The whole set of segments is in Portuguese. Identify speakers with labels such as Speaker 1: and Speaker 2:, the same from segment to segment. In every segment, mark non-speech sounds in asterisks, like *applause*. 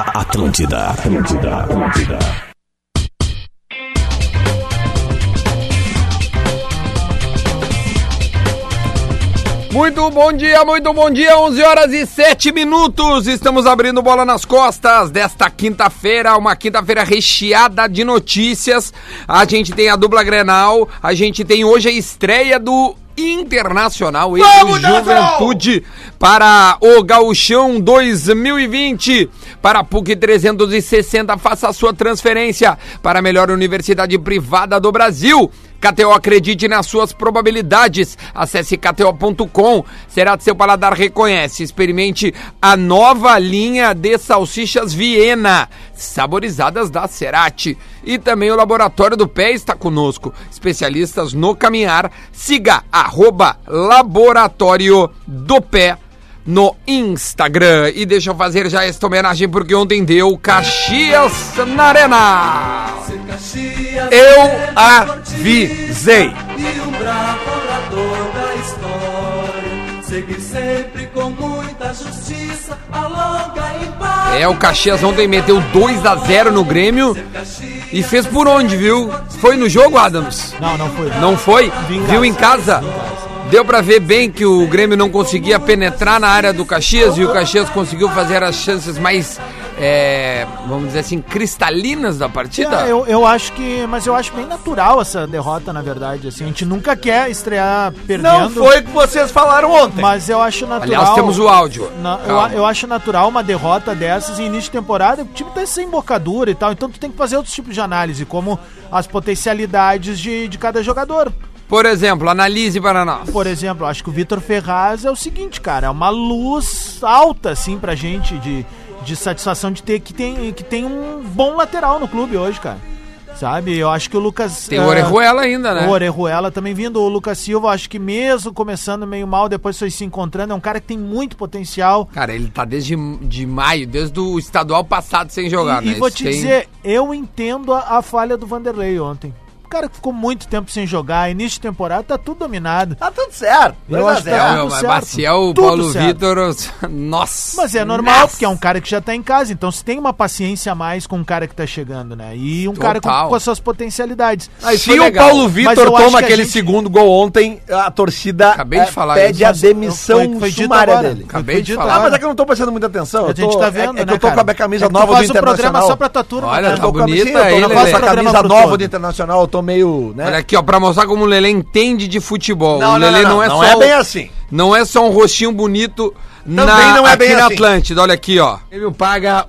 Speaker 1: Atlântida, Atlântida, Atlântida.
Speaker 2: Muito bom dia, muito bom dia, 11 horas e 7 minutos. Estamos abrindo bola nas costas desta quinta-feira, uma quinta-feira recheada de notícias. A gente tem a dupla Grenal, a gente tem hoje a estreia do Internacional e do Juventude para o Gauchão 2020. Para a PUC 360, faça a sua transferência para a melhor universidade privada do Brasil. KTO acredite nas suas probabilidades. Acesse kto.com. Será que seu paladar reconhece? Experimente a nova linha de salsichas Viena, saborizadas da Cerati. E também o Laboratório do Pé está conosco. Especialistas no caminhar. Siga arroba Laboratório do Pé no Instagram. E deixa eu fazer já esta homenagem porque ontem deu Caxias na Arena.
Speaker 3: Eu avisei.
Speaker 4: E um bravo orador da história Seguir sempre com muita justiça A longa e paz
Speaker 2: É, o Caxias ontem meteu 2 a 0 no Grêmio e fez por onde, viu? Foi no jogo, Adams?
Speaker 3: Não, não foi.
Speaker 2: Não foi? Viu em casa? Deu pra ver bem que o Grêmio não conseguia penetrar na área do Caxias e o Caxias conseguiu fazer as chances mais, é, vamos dizer assim, cristalinas da partida.
Speaker 3: É, eu, eu acho que. Mas eu acho bem natural essa derrota, na verdade. Assim, a gente nunca quer estrear perdendo.
Speaker 4: Não foi o que vocês falaram ontem.
Speaker 3: Mas eu acho natural.
Speaker 2: Aliás, temos o áudio.
Speaker 3: Na- eu,
Speaker 2: Calma.
Speaker 3: a- eu acho natural uma derrota dessas em início de temporada. O time tá sem embocadura e tal. Então tu tem que fazer outros tipos de análise, como as potencialidades de, de cada jogador.
Speaker 2: Por exemplo, analise para nós.
Speaker 3: Por exemplo, eu acho que o Vitor Ferraz é o seguinte, cara, é uma luz alta, assim, pra gente de, de satisfação de ter que tem, que tem um bom lateral no clube hoje, cara. Sabe? Eu acho que o Lucas.
Speaker 2: Tem
Speaker 3: eh,
Speaker 2: o Orejuela ainda, né?
Speaker 3: o Orejuela também vindo. O Lucas Silva, eu acho que mesmo começando meio mal, depois foi se encontrando. É um cara que tem muito potencial.
Speaker 2: Cara, ele tá desde de maio, desde o estadual passado sem jogar,
Speaker 3: e,
Speaker 2: né?
Speaker 3: e vou
Speaker 2: Isso
Speaker 3: te
Speaker 2: tem-
Speaker 3: dizer, eu entendo a, a falha do Vanderlei ontem. O cara que ficou muito tempo sem jogar, início de temporada, tá tudo dominado.
Speaker 4: Tá tudo certo.
Speaker 3: Eu
Speaker 4: dois a
Speaker 3: acho que
Speaker 2: É,
Speaker 4: zero.
Speaker 3: tá-
Speaker 2: o
Speaker 3: tudo certo.
Speaker 2: Maciel, o
Speaker 3: Tudo
Speaker 2: Paulo
Speaker 3: certo.
Speaker 2: Vitor, os- nossa.
Speaker 3: Mas é normal,
Speaker 2: nossa.
Speaker 3: porque é um cara que já tá em casa, então se tem uma paciência a mais com um cara que tá chegando, né? E um cara
Speaker 2: Total.
Speaker 3: com, com as suas potencialidades.
Speaker 2: Aí
Speaker 4: Se
Speaker 2: foi
Speaker 4: o
Speaker 2: legal.
Speaker 4: Paulo
Speaker 3: Mas eu
Speaker 4: Vitor
Speaker 3: acho
Speaker 4: toma
Speaker 3: que a
Speaker 4: aquele
Speaker 3: gente-
Speaker 4: segundo gol ontem, a torcida
Speaker 2: Acabei de
Speaker 4: eh,
Speaker 2: falar
Speaker 4: pede
Speaker 2: isso.
Speaker 4: a demissão
Speaker 3: Foi- foi dito
Speaker 4: sumária
Speaker 3: agora.
Speaker 4: dele.
Speaker 3: Foi
Speaker 2: Acabei de
Speaker 3: dito
Speaker 2: falar.
Speaker 4: Ah,
Speaker 3: agora.
Speaker 4: mas é que eu não tô prestando muita atenção.
Speaker 3: A
Speaker 4: eu
Speaker 3: gente
Speaker 4: tô-
Speaker 3: tá
Speaker 4: é-
Speaker 3: vendo,
Speaker 4: é, que
Speaker 3: né,
Speaker 4: eu tô
Speaker 3: cara?
Speaker 4: com a camisa
Speaker 3: É que tu
Speaker 4: nova do
Speaker 3: faz o programa
Speaker 4: Internacional.
Speaker 3: só pra tua turma,
Speaker 2: Olha,
Speaker 3: né?
Speaker 4: Eu tô
Speaker 2: Tá
Speaker 4: com a-
Speaker 2: bonita
Speaker 4: sim, eu tô- eu
Speaker 2: ele,
Speaker 4: faço
Speaker 2: Lelê.
Speaker 4: a camisa
Speaker 3: Programa pro
Speaker 4: nova
Speaker 3: todo.
Speaker 4: do Internacional, eu tô meio, né?
Speaker 2: Olha aqui, ó, pra mostrar como o Lelê entende de futebol.
Speaker 4: Não,
Speaker 2: o
Speaker 4: não,
Speaker 2: Lelê
Speaker 4: não,
Speaker 2: não,
Speaker 4: não,
Speaker 2: é
Speaker 4: não
Speaker 2: só
Speaker 4: é
Speaker 2: um-
Speaker 4: bem assim.
Speaker 2: Não é só um rostinho bonito na,
Speaker 4: Também não é
Speaker 2: aqui
Speaker 4: bem
Speaker 2: na
Speaker 4: assim.
Speaker 2: Atlântida. Olha aqui, ó.
Speaker 5: O Grêmio paga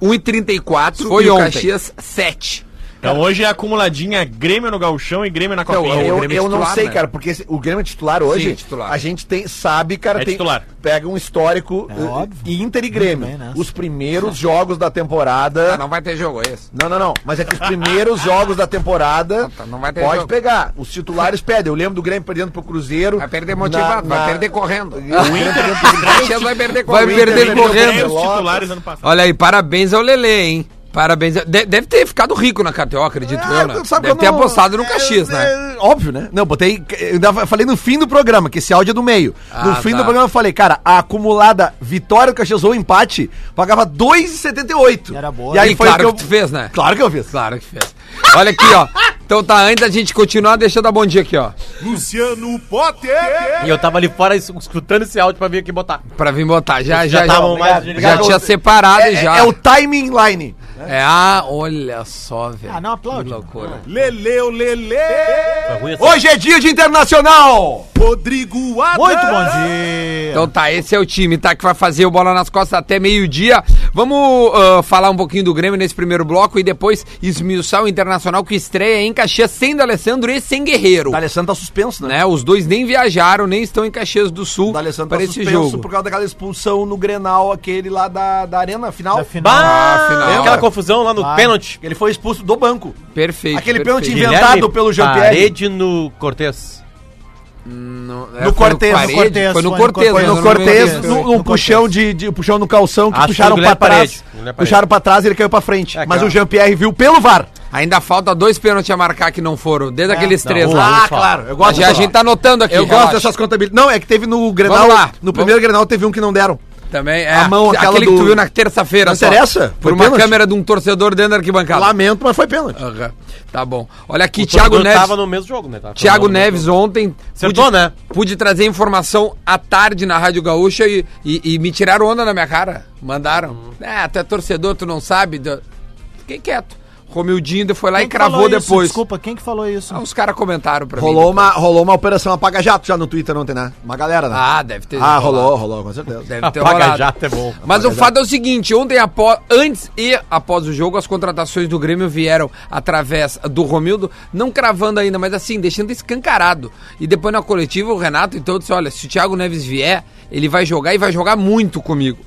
Speaker 5: 1,34
Speaker 2: Foi
Speaker 5: e o
Speaker 2: ontem.
Speaker 5: Caxias 7.
Speaker 6: Então hoje é acumuladinha Grêmio no Galchão e Grêmio na
Speaker 2: Não,
Speaker 6: Copinha.
Speaker 2: o
Speaker 4: Eu,
Speaker 2: Grêmio é
Speaker 4: eu não
Speaker 2: titular,
Speaker 4: sei,
Speaker 2: né?
Speaker 4: cara, porque esse- o Grêmio é titular hoje.
Speaker 2: Sim, titular.
Speaker 4: A gente tem, sabe, cara,
Speaker 6: É
Speaker 4: tem,
Speaker 6: titular.
Speaker 4: pega um histórico eh,
Speaker 3: óbvio.
Speaker 4: Inter e Grêmio.
Speaker 3: bem nessa.
Speaker 4: os primeiros jogos da temporada.
Speaker 2: Ah, Não vai ter jogo esse.
Speaker 4: Não, não, não. Mas é que os primeiros *laughs* jogos da temporada
Speaker 2: tá, não vai ter
Speaker 4: pode
Speaker 2: jogo.
Speaker 4: pegar. Os titulares pedem. Eu lembro do Grêmio perdendo pro Cruzeiro.
Speaker 2: Vai perder motivado, vai perder *laughs* correndo.
Speaker 4: O Inter perdendo pro
Speaker 2: O
Speaker 4: Cruzeiro.
Speaker 2: Caxias vai perder
Speaker 4: Vai
Speaker 2: correndo.
Speaker 4: perder
Speaker 2: Vai
Speaker 4: correndo.
Speaker 6: Grêmio, os
Speaker 4: Então, Pelotas.
Speaker 6: titulares ano passado.
Speaker 2: Olha aí, parabéns ao Lelê, hein? Parabéns. De- deve ter ficado rico na KTO, acredito
Speaker 4: Ah,
Speaker 2: eu, né?
Speaker 4: tu sabe
Speaker 2: Deve
Speaker 4: que
Speaker 2: ter
Speaker 4: eu não-
Speaker 2: apostado no
Speaker 4: é,
Speaker 2: Caxias, né?
Speaker 4: é, óbvio, né? Não, botei. Eu ainda falei no fim do programa, que esse áudio é do meio. no
Speaker 2: Ah,
Speaker 4: fim
Speaker 2: tá.
Speaker 4: do programa eu falei, cara, a acumulada vitória do Caxias ou empate pagava 2,78.
Speaker 3: Era boa.
Speaker 4: E aí
Speaker 2: E
Speaker 4: é, foi
Speaker 2: claro
Speaker 4: o
Speaker 2: que tu fez, né?
Speaker 4: Claro que eu fiz.
Speaker 2: Claro que fez. Olha aqui, ó. Então tá, antes da gente continuar, deixa eu dar bom dia aqui, ó.
Speaker 7: Luciano Potter.
Speaker 8: E eu tava ali fora es- escutando esse áudio pra vir aqui botar.
Speaker 2: Pra vir botar. Já, já, já.
Speaker 4: tá
Speaker 8: tavam mais
Speaker 2: já
Speaker 8: ligados.
Speaker 2: tinha separado
Speaker 4: É,
Speaker 2: já.
Speaker 4: é o timing line.
Speaker 2: É, ah, olha só, velho.
Speaker 3: Ah, não aplaude.
Speaker 2: Que loucura.
Speaker 7: Leleu Lele.
Speaker 8: Foi ruim assim.
Speaker 4: Hoje é dia de internacional!
Speaker 7: Rodrigo Adams.
Speaker 3: Muito bom dia!
Speaker 2: Então tá, esse é o time, tá? Que vai fazer o Bola nas Costas até meio-dia. Vamos ah, falar um pouquinho do Grêmio nesse primeiro bloco e depois esmiuçar o Internacional que estreia em Caxias sem D'Alessandro e sem Guerreiro.
Speaker 4: O Alessandro tá suspenso, né?
Speaker 2: Né? Os dois nem viajaram, nem estão em Caxias do Sul
Speaker 4: O Alessandro
Speaker 2: para
Speaker 4: tá
Speaker 2: esse
Speaker 4: suspenso
Speaker 2: jogo.
Speaker 4: por causa daquela expulsão no Grenal, aquele lá da, da arena final.
Speaker 3: Da final.
Speaker 8: Bah,
Speaker 2: Ah, final.
Speaker 8: aquela confusão lá no
Speaker 3: Bah.
Speaker 8: pênalti.
Speaker 4: Ele foi expulso do banco.
Speaker 2: Perfeito.
Speaker 4: Aquele
Speaker 2: perfeito.
Speaker 4: pênalti inventado
Speaker 8: Guilherme
Speaker 4: pelo Jean-Pierre.
Speaker 8: Parede no Cortez.
Speaker 2: Né? No,
Speaker 4: No Cortez, no
Speaker 2: Paredes,
Speaker 3: Cortez,
Speaker 2: Foi no
Speaker 3: foi no
Speaker 2: Cortez.
Speaker 3: Cortez,
Speaker 4: Foi
Speaker 2: mas
Speaker 4: no
Speaker 2: eu não
Speaker 4: Cortez,
Speaker 2: lembro.
Speaker 3: no-
Speaker 4: num num
Speaker 3: no
Speaker 4: puxão de, de- puxão no calção que
Speaker 8: Ah, sim,
Speaker 4: puxaram pra
Speaker 8: do Guilherme
Speaker 4: trás.
Speaker 8: Parede, Guilherme Parede.
Speaker 4: Puxaram pra trás e ele caiu pra frente.
Speaker 8: É,
Speaker 4: Mas
Speaker 8: claro.
Speaker 4: o Jean-Pierre viu pelo VAR.
Speaker 2: Ainda falta dois pênaltis a marcar que É, não foram, desde aqueles três
Speaker 8: um,
Speaker 2: lá.
Speaker 8: um só.
Speaker 4: Ah,
Speaker 2: Mas
Speaker 4: Eu gosto
Speaker 2: já a gente tá anotando aqui.
Speaker 4: Eu
Speaker 2: relaxa.
Speaker 4: gosto dessas contabilidades. Não, é que teve no Grenal.
Speaker 2: Vamos lá.
Speaker 4: No primeiro Grenal teve um que não deram.
Speaker 2: Também é.
Speaker 4: A mão, aquela
Speaker 2: aquele que
Speaker 4: do-
Speaker 2: tu viu na terça-feira.
Speaker 4: Não
Speaker 2: só.
Speaker 4: interessa,
Speaker 2: Por
Speaker 4: foi
Speaker 2: uma
Speaker 4: pênalti.
Speaker 2: câmera de um torcedor dentro da arquibancada.
Speaker 4: Lamento, mas foi pênalti.
Speaker 2: Aham. Tá bom. Olha aqui, Thiago
Speaker 8: torcedor
Speaker 2: Neves.
Speaker 8: tava no mesmo jogo, né? Tava
Speaker 2: Thiago
Speaker 8: no mesmo
Speaker 2: Neves ontem
Speaker 8: Acertou,
Speaker 2: pude,
Speaker 8: né?
Speaker 2: pude trazer informação à tarde na Rádio Gaúcha e, e- e me tiraram onda na minha cara. Mandaram. É, até torcedor, tu não sabe. Eu Fiquei quieto. Romildinho ainda foi lá
Speaker 3: Quem
Speaker 2: e
Speaker 3: que falou
Speaker 2: cravou
Speaker 3: isso?
Speaker 2: depois.
Speaker 3: Desculpa, quem que falou isso?
Speaker 2: Ah, os caras comentaram pra mim.
Speaker 4: Rolou uma, rolou uma operação apaga-jato já no Twitter ontem, né? Uma galera, né?
Speaker 2: Ah, deve ter.
Speaker 4: Ah, rolou, rolou, com certeza.
Speaker 2: Deve ter
Speaker 8: Apaga
Speaker 2: rolado.
Speaker 8: jato é bom.
Speaker 2: Mas o fato é o seguinte, ontem apó- antes e após o jogo, as contratações do Grêmio vieram através do Romildo, não cravando ainda, mas assim, deixando escancarado. E depois na coletiva o Renato então disse, olha, se o Thiago Neves vier, ele vai jogar e vai jogar muito comigo.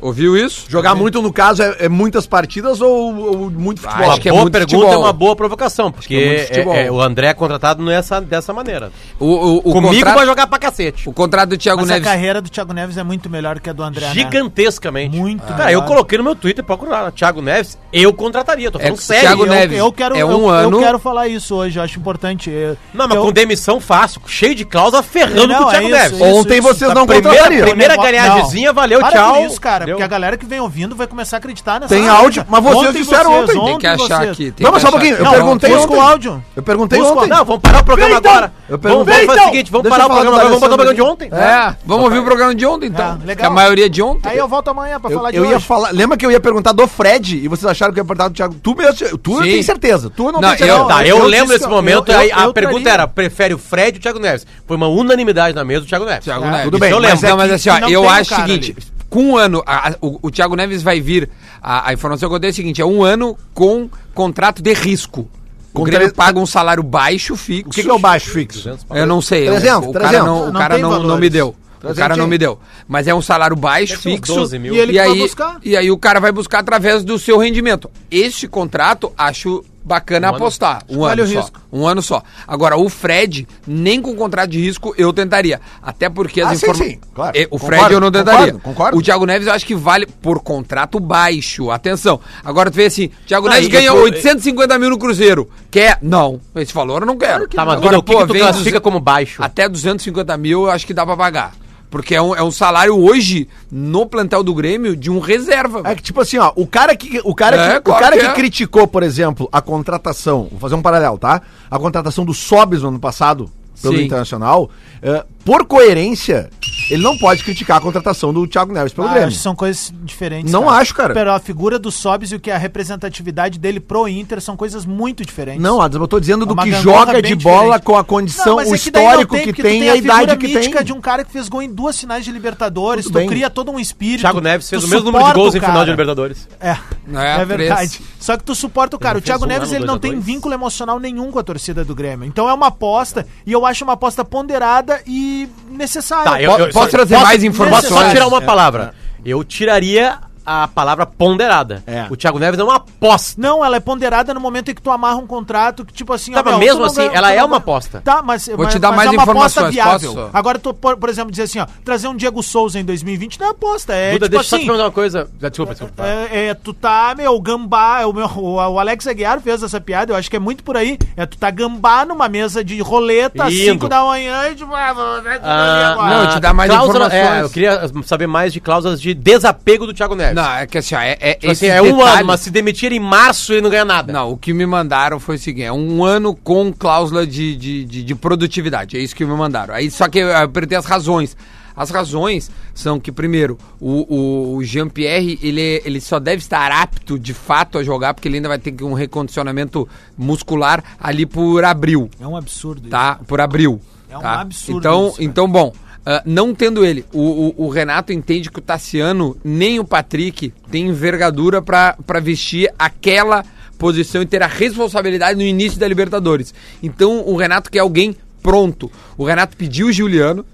Speaker 2: Ouviu isso?
Speaker 4: Jogar muito, no caso, é, é muitas partidas ou, ou muito futebol?
Speaker 2: acho que é
Speaker 8: boa
Speaker 2: muito
Speaker 8: pergunta
Speaker 2: futebol.
Speaker 8: é uma boa provocação, porque
Speaker 2: é muito futebol.
Speaker 8: é- é- o André é contratado nessa, dessa maneira.
Speaker 2: O, o, o
Speaker 8: Comigo
Speaker 2: contrato,
Speaker 8: vai jogar pra cacete.
Speaker 2: O contrato do Thiago
Speaker 3: Mas a
Speaker 2: Neves...
Speaker 3: carreira do Thiago Neves é muito melhor que a do André. né?
Speaker 8: Gigantescamente.
Speaker 3: Muito
Speaker 8: Cara, eu
Speaker 3: melhor.
Speaker 8: coloquei no meu Twitter pra procurar. Thiago Neves, eu contrataria. Tô falando
Speaker 2: É,
Speaker 8: sério.
Speaker 2: Thiago
Speaker 3: Eu,
Speaker 2: Neves,
Speaker 3: eu quero,
Speaker 2: é um
Speaker 3: eu- eu,
Speaker 2: ano-
Speaker 3: quero falar isso hoje, eu acho importante. Eu-
Speaker 8: Não, mas
Speaker 3: eu-
Speaker 8: com demissão fácil, cheio de cláusula, ferrando
Speaker 3: Não,
Speaker 8: com o
Speaker 3: é
Speaker 8: Thiago
Speaker 3: isso,
Speaker 8: Neves.
Speaker 3: isso. Tá
Speaker 4: Ontem vocês não
Speaker 8: primeira-
Speaker 4: contratariam.
Speaker 8: primeira-
Speaker 3: Não,
Speaker 8: galhardezinha, valeu,
Speaker 3: para
Speaker 8: tchau.
Speaker 3: com isso, cara,
Speaker 8: Deu.
Speaker 3: porque a galera que vem ouvindo vai começar a acreditar nessa
Speaker 4: Tem
Speaker 3: coisa.
Speaker 4: áudio, mas vocês disseram ontem. Tem
Speaker 2: Tem que achar
Speaker 3: vocês.
Speaker 2: aqui. tem
Speaker 4: Não, mas
Speaker 2: que
Speaker 4: só um
Speaker 2: achar
Speaker 4: pouquinho,
Speaker 2: aqui.
Speaker 4: eu
Speaker 3: Não,
Speaker 4: perguntei
Speaker 3: busca
Speaker 4: ontem.
Speaker 3: o áudio.
Speaker 4: Eu perguntei
Speaker 3: Busca o
Speaker 4: ontem.
Speaker 8: Não, vamos parar o programa
Speaker 4: Então,
Speaker 8: agora.
Speaker 4: eu
Speaker 8: Vamos,
Speaker 4: perguntei,
Speaker 8: vamos fazer o
Speaker 4: então.
Speaker 8: seguinte, vamos
Speaker 4: Deixa
Speaker 8: parar
Speaker 4: eu
Speaker 8: o
Speaker 4: falar
Speaker 8: programa
Speaker 4: do
Speaker 8: agora, vamos botar o programa de
Speaker 4: Alessandro.
Speaker 8: ontem.
Speaker 2: É, vamos ouvir o programa de ontem então.
Speaker 3: Tá,
Speaker 2: que
Speaker 3: legal.
Speaker 2: a maioria é de ontem.
Speaker 3: Aí eu volto amanhã pra
Speaker 4: Eu,
Speaker 3: falar de
Speaker 4: eu ia
Speaker 3: hoje.
Speaker 4: falar, lembra que eu ia perguntar do Fred e vocês acharam que eu ia perguntar do Thiago. Tu mesmo, tu eu
Speaker 2: Sim.
Speaker 4: tenho certeza. Tu não,
Speaker 2: Não,
Speaker 4: tem certeza.
Speaker 2: eu-
Speaker 8: Tá, eu, lembro
Speaker 4: disse
Speaker 8: desse
Speaker 4: que-
Speaker 8: momento,
Speaker 4: eu-
Speaker 8: aí
Speaker 4: eu-
Speaker 8: a
Speaker 4: eu
Speaker 8: pergunta
Speaker 4: traria.
Speaker 8: era, prefere o Fred ou o Thiago Neves? Foi uma unanimidade na mesa do Thiago Neves.
Speaker 2: Thiago
Speaker 8: É.
Speaker 2: Neves.
Speaker 4: tudo bem,
Speaker 2: Isso eu
Speaker 4: mas
Speaker 2: lembro.
Speaker 4: é
Speaker 2: não, mas
Speaker 4: que-
Speaker 2: assim, ó,
Speaker 3: não
Speaker 2: eu
Speaker 3: tem um
Speaker 2: acho o
Speaker 3: cara
Speaker 2: seguinte: com um ano, a- a- o, o Thiago Neves vai vir. A, a informação que eu dei é a seguinte: é um ano com contrato de risco. O
Speaker 4: Com
Speaker 2: Grêmio
Speaker 4: tre-
Speaker 2: paga um salário baixo fixo.
Speaker 4: O que, que é o baixo fixo?
Speaker 2: Eu não sei. eu-
Speaker 4: 300,
Speaker 2: o cara
Speaker 4: 300.
Speaker 2: não, o
Speaker 3: Não
Speaker 2: cara
Speaker 3: tem
Speaker 2: não, não
Speaker 3: valores.
Speaker 2: me deu. O
Speaker 4: 300
Speaker 2: cara não
Speaker 4: é.
Speaker 2: me deu. Mas é um salário baixo,
Speaker 8: Deve ser uns
Speaker 2: fixo.
Speaker 8: 12 mil.
Speaker 3: E ele
Speaker 2: e,
Speaker 3: que vai
Speaker 2: aí,
Speaker 3: buscar.
Speaker 2: e aí o cara vai buscar através do seu rendimento. Este contrato, acho bacana apostar. Um
Speaker 3: Vale
Speaker 2: ano
Speaker 3: o
Speaker 2: só.
Speaker 3: risco.
Speaker 2: Um ano só. Agora, o Fred, nem com contrato de risco, eu tentaria. Até porque as
Speaker 4: Ah, sim,
Speaker 2: informações.
Speaker 4: sim, claro.
Speaker 2: O
Speaker 4: Concordo,
Speaker 2: Fred eu não tentaria.
Speaker 4: concordo, concordo.
Speaker 2: O Thiago Neves eu acho que vale por contrato baixo. Atenção. Agora tu vê assim, Thiago
Speaker 8: Ah,
Speaker 2: Neves
Speaker 8: e
Speaker 2: ganha
Speaker 8: depois-
Speaker 2: 850 mil no Cruzeiro. Quer? Não. Esse valor eu não quero.
Speaker 8: Tá, mas
Speaker 2: Agora,
Speaker 8: Duda, o que,
Speaker 2: pô,
Speaker 8: que tu
Speaker 2: vem
Speaker 8: classifica
Speaker 2: 200
Speaker 8: como baixo?
Speaker 2: até 250 mil eu acho que dá pra pagar. Porque é um, é um salário hoje, no plantel do Grêmio, de um reserva.
Speaker 4: É que tipo assim, ó, o cara que o cara
Speaker 2: É,
Speaker 4: que,
Speaker 2: claro
Speaker 4: o cara
Speaker 2: que
Speaker 4: que,
Speaker 2: é.
Speaker 4: criticou, por exemplo, a contratação, vou fazer um paralelo, tá? A contratação do Sobis no ano passado pelo
Speaker 2: Sim.
Speaker 4: Internacional, eh, por coerência, ele não pode criticar a contratação do Thiago Neves pelo
Speaker 3: Ah,
Speaker 4: Grêmio.
Speaker 3: acho que são coisas diferentes.
Speaker 4: Não acho, cara.
Speaker 3: Pero a figura do Sobis e o que é a representatividade dele pro Inter são coisas muito diferentes.
Speaker 4: Não, Adams, eu tô dizendo do
Speaker 3: É Uma
Speaker 4: que
Speaker 3: gangorra
Speaker 4: joga
Speaker 3: bem
Speaker 4: de
Speaker 3: diferente.
Speaker 4: bola com a
Speaker 3: Não,
Speaker 4: condição,
Speaker 3: mas
Speaker 4: o
Speaker 3: é que daí não
Speaker 4: histórico que
Speaker 3: porque tu
Speaker 4: tem, a,
Speaker 3: figura
Speaker 4: idade que
Speaker 3: mítica
Speaker 4: tem.
Speaker 3: de um cara que fez gol em duas finais de Libertadores,
Speaker 4: Tudo
Speaker 3: tu
Speaker 4: bem.
Speaker 3: cria todo um espírito.
Speaker 8: Thiago Neves fez
Speaker 3: tu
Speaker 8: o mesmo número de
Speaker 3: suporta
Speaker 8: gols
Speaker 3: o
Speaker 8: em final
Speaker 3: cara.
Speaker 8: de Libertadores.
Speaker 3: É,
Speaker 2: É,
Speaker 3: é, verdade.
Speaker 2: três.
Speaker 3: Só que tu suporta o cara. O
Speaker 8: Ele fez
Speaker 3: Thiago
Speaker 8: um
Speaker 3: Neves
Speaker 8: ano,
Speaker 3: ele
Speaker 8: dois
Speaker 3: não
Speaker 8: a
Speaker 3: tem
Speaker 8: dois.
Speaker 3: vínculo emocional nenhum com a torcida do Grêmio. Então é uma aposta e eu acho uma aposta ponderada e necessária.
Speaker 8: Tá, eu-
Speaker 2: Po-
Speaker 8: eu-
Speaker 2: posso
Speaker 8: só-
Speaker 2: trazer mais informações?
Speaker 8: Posso só tirar
Speaker 2: É.
Speaker 8: uma palavra? Eu tiraria a palavra ponderada.
Speaker 4: É.
Speaker 8: O Thiago Neves é uma aposta.
Speaker 3: Não, ela é ponderada no momento em que tu amarra um contrato que, tipo assim...
Speaker 8: Tá,
Speaker 3: ó,
Speaker 8: mas
Speaker 3: meu,
Speaker 8: mesmo
Speaker 3: tu não
Speaker 8: assim, ela
Speaker 3: tu
Speaker 8: é
Speaker 3: não
Speaker 8: uma aposta.
Speaker 3: Tá, mas... Vou
Speaker 2: te dar mais informações, posso?
Speaker 3: Agora, tu, por, por exemplo, dizer assim, ó, trazer um Diego Souza em 2020 não é aposta, é
Speaker 8: Duda,
Speaker 3: tipo
Speaker 8: deixa eu só te
Speaker 3: assim...
Speaker 8: perguntar uma coisa. Desculpa, desculpa.
Speaker 3: É, é, tu tá, meu, gambá, o, meu, o, o Alex Aguiar fez essa piada, eu acho que é muito por aí. É tu tá gambá numa mesa de roleta às
Speaker 8: Indo.
Speaker 3: 5 da manhã e tipo, ah, vou- vou-
Speaker 8: Ah,
Speaker 3: agora.
Speaker 2: não, te dá mais
Speaker 8: cláusula-
Speaker 2: informações.
Speaker 8: é, eu queria saber mais de cláusulas de desapego do Thiago Neves.
Speaker 2: Não, é que assim, ó, é, é,
Speaker 8: Tipo assim,
Speaker 2: esses
Speaker 8: é um
Speaker 2: detalhes-
Speaker 8: ano, mas se demitir em março ele não ganha nada.
Speaker 2: Não, o que me mandaram foi o seguinte: é um ano com cláusula de, de, de, de produtividade. É isso que me mandaram. Aí, só que eu apertei as razões. As razões são que, primeiro, o, o- o Jean-Pierre ele, é- ele só deve estar apto de fato a jogar, porque ele ainda vai ter que um recondicionamento muscular ali por abril.
Speaker 3: É um absurdo
Speaker 2: tá? Por abril.
Speaker 3: É um
Speaker 2: tá?
Speaker 3: absurdo
Speaker 2: Então,
Speaker 3: isso, cara.
Speaker 2: então bom, ah, não tendo ele, o, o- o Renato entende que o Tassiano nem o Patrick tem envergadura pra pra vestir aquela posição e ter a responsabilidade no início da Libertadores. Então, o Renato quer alguém pronto. O Renato pediu o Juliano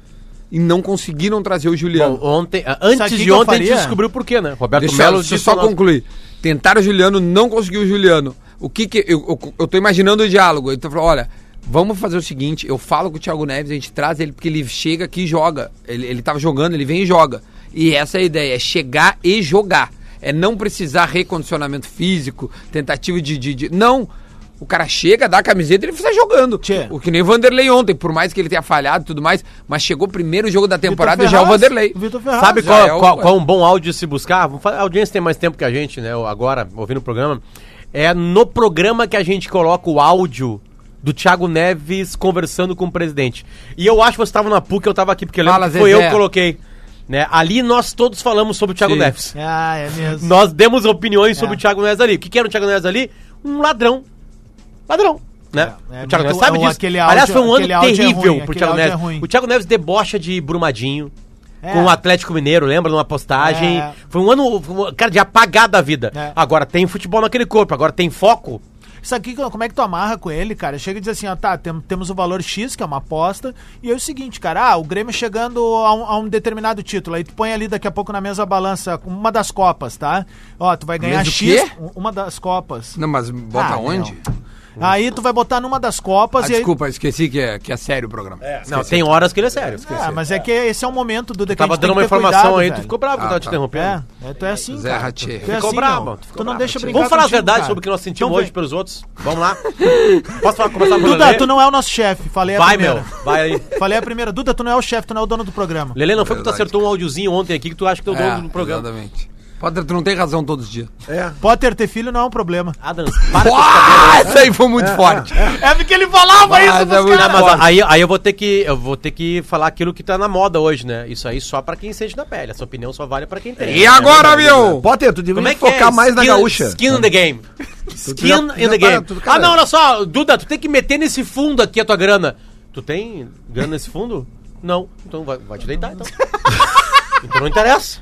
Speaker 2: e não conseguiram trazer o Juliano.
Speaker 8: Bom, ontem, ah,
Speaker 3: Sabe o
Speaker 8: antes
Speaker 3: que
Speaker 8: de
Speaker 3: que eu
Speaker 8: ontem a gente
Speaker 3: faria?
Speaker 8: descobriu por quê, né? Roberto
Speaker 2: Deixa
Speaker 8: Melo
Speaker 2: eu deixa eu só concluir. Tentaram o Juliano, não conseguiu o Juliano. O que que. Eu, eu, eu tô imaginando o diálogo. Ele tá falando, olha, vamos fazer o seguinte: eu falo com o Thiago Neves, a gente traz ele porque ele chega aqui e joga. Ele, ele tava jogando, ele vem e joga. E essa é a ideia: é chegar e jogar. É não precisar recondicionamento físico, tentativa de. de- de- Não! O cara chega, dá a camiseta e ele sai jogando.
Speaker 3: Tchê.
Speaker 2: O que nem o Vanderlei ontem, por mais que ele tenha falhado e tudo mais, mas chegou o primeiro jogo da temporada e
Speaker 3: Vitor
Speaker 2: já é o
Speaker 3: Ferraz,
Speaker 2: Vanderlei.
Speaker 3: Vitor Ferraz.
Speaker 8: Sabe
Speaker 2: já
Speaker 8: qual,
Speaker 2: é o-
Speaker 8: qual, qual é um bom áudio se buscar? Vamos falar- A audiência tem mais tempo que a gente, né? Agora, ouvindo o programa. É no programa que a gente coloca o áudio do Thiago Neves conversando com o presidente. E eu acho que você tava na PUC, eu tava aqui, porque eu lembro
Speaker 2: Fala,
Speaker 8: que foi eu
Speaker 2: Zezé.
Speaker 8: que coloquei. Né? Ali nós todos falamos sobre o Thiago
Speaker 2: Sim.
Speaker 8: Neves.
Speaker 3: Ah, é mesmo.
Speaker 8: Nós demos opiniões sobre
Speaker 3: É.
Speaker 8: o Thiago Neves ali. O que, que era o Thiago Neves ali? Um ladrão. Ladrão. Né?
Speaker 3: É, é
Speaker 8: o Thiago
Speaker 3: muito-
Speaker 8: Neves sabe
Speaker 3: o-
Speaker 8: disso.
Speaker 3: aquele
Speaker 8: Aliás,
Speaker 3: áudio-
Speaker 8: foi um ano
Speaker 3: aquele áudio é
Speaker 8: terrível
Speaker 3: ruim,
Speaker 8: pro
Speaker 3: aquele
Speaker 8: Thiago
Speaker 3: áudio é
Speaker 8: Neves.
Speaker 3: ruim.
Speaker 8: o Thiago Neves debocha de Brumadinho.
Speaker 3: É.
Speaker 8: Com o Atlético Mineiro, lembra? Numa postagem.
Speaker 3: É.
Speaker 8: Foi um ano, foi um- cara, de apagar da vida.
Speaker 3: É.
Speaker 8: Agora tem futebol naquele corpo, agora tem foco.
Speaker 3: Isso aqui, como é que tu amarra com ele, cara? Chega e diz assim, ó, tá, tem- temos o valor X, que é uma aposta, e é o seguinte, cara, ah, o Grêmio chegando a um, a um determinado título, aí tu põe ali daqui a pouco na mesa a balança uma das copas, tá? Ó, tu vai ganhar
Speaker 2: Mesa o
Speaker 3: X,
Speaker 2: quê?
Speaker 3: um- uma das copas.
Speaker 2: Não, mas bota
Speaker 3: Ah,
Speaker 2: onde?
Speaker 3: não. Aí tu vai botar numa das copas
Speaker 2: Ah,
Speaker 3: e aí...
Speaker 2: desculpa, esqueci que é, que é sério o programa.
Speaker 8: Não, tem horas que ele é sério.
Speaker 3: Ah, mas é que esse é o momento do
Speaker 8: Tava
Speaker 3: dando
Speaker 8: dando uma informação aí, tu ficou
Speaker 3: ficou
Speaker 8: bravo que
Speaker 2: Ah,
Speaker 8: eu tava te
Speaker 2: tá.
Speaker 8: interrompendo.
Speaker 3: É, é, tu é assim,
Speaker 2: Zé
Speaker 3: cara.
Speaker 2: Ratchê.
Speaker 3: Tu é
Speaker 2: Ficou
Speaker 3: assim,
Speaker 8: brabo,
Speaker 3: não.
Speaker 8: tu
Speaker 3: Tu não deixa brincar
Speaker 8: Vamos falar a
Speaker 3: contigo,
Speaker 8: verdade
Speaker 3: cara.
Speaker 8: sobre o que nós sentimos
Speaker 3: Então
Speaker 8: hoje
Speaker 3: vem.
Speaker 8: pelos outros? Vamos
Speaker 3: *laughs*
Speaker 8: lá. Posso falar, começar com o
Speaker 3: Duda,
Speaker 8: Lelê?
Speaker 3: tu não é o nosso chefe, falei a
Speaker 8: Vai,
Speaker 3: primeira.
Speaker 8: meu. Vai aí.
Speaker 3: Falei a primeira. Duda, tu não é o chefe, tu não é o dono do programa.
Speaker 8: Lelê, não foi que tu
Speaker 2: Verdade.
Speaker 8: acertou um áudiozinho ontem aqui que tu acha que eu dou um no programa.
Speaker 2: É, Exatamente. Potter, tu não tem razão todos os dias. *laughs*
Speaker 3: Potter ter filho não é um problema.
Speaker 8: Adams, para com esse cabelo.
Speaker 2: Ah, essa aí foi muito forte.
Speaker 3: É porque ele falava
Speaker 2: isso Ah, pros tá muito caras.
Speaker 8: Não,
Speaker 2: forte.
Speaker 8: mas aí, aí eu vou ter que eu vou ter que falar aquilo que tá na moda hoje, né? Isso aí só pra quem sente na pele. Essa opinião só vale pra quem tem. né?
Speaker 2: E agora,
Speaker 3: um
Speaker 2: meu?
Speaker 4: Potter, tu
Speaker 2: é
Speaker 4: devia focar mais na
Speaker 8: é Skin-
Speaker 4: gaúcha.
Speaker 8: Skin in the game. Skin
Speaker 4: já-
Speaker 8: in
Speaker 4: já
Speaker 8: the
Speaker 4: tá-
Speaker 8: game.
Speaker 4: tu-
Speaker 8: ah,
Speaker 4: cara-
Speaker 8: não, olha só, Duda, tu tem que meter nesse fundo aqui a tua grana. Tu tem grana nesse fundo? Não. Então vai, vai te
Speaker 4: *laughs*
Speaker 8: deitar, então. então não interessa.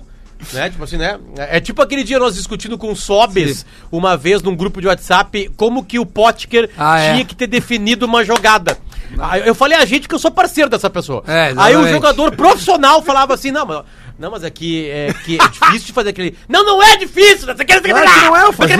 Speaker 8: Né? Tipo assim, né? É tipo aquele dia nós discutindo com o Sobes uma vez num grupo de WhatsApp como que o Potker
Speaker 2: Ah, é.
Speaker 8: tinha que ter definido uma jogada. Aí eu falei a gente que eu sou parceiro dessa pessoa.
Speaker 2: É,
Speaker 8: Aí o
Speaker 2: exatamente.
Speaker 8: jogador profissional falava assim: não, mas, não, mas é que é, que é difícil de fazer aquele. Não, não é difícil! Você quer
Speaker 4: Claro que não é, eu fazia.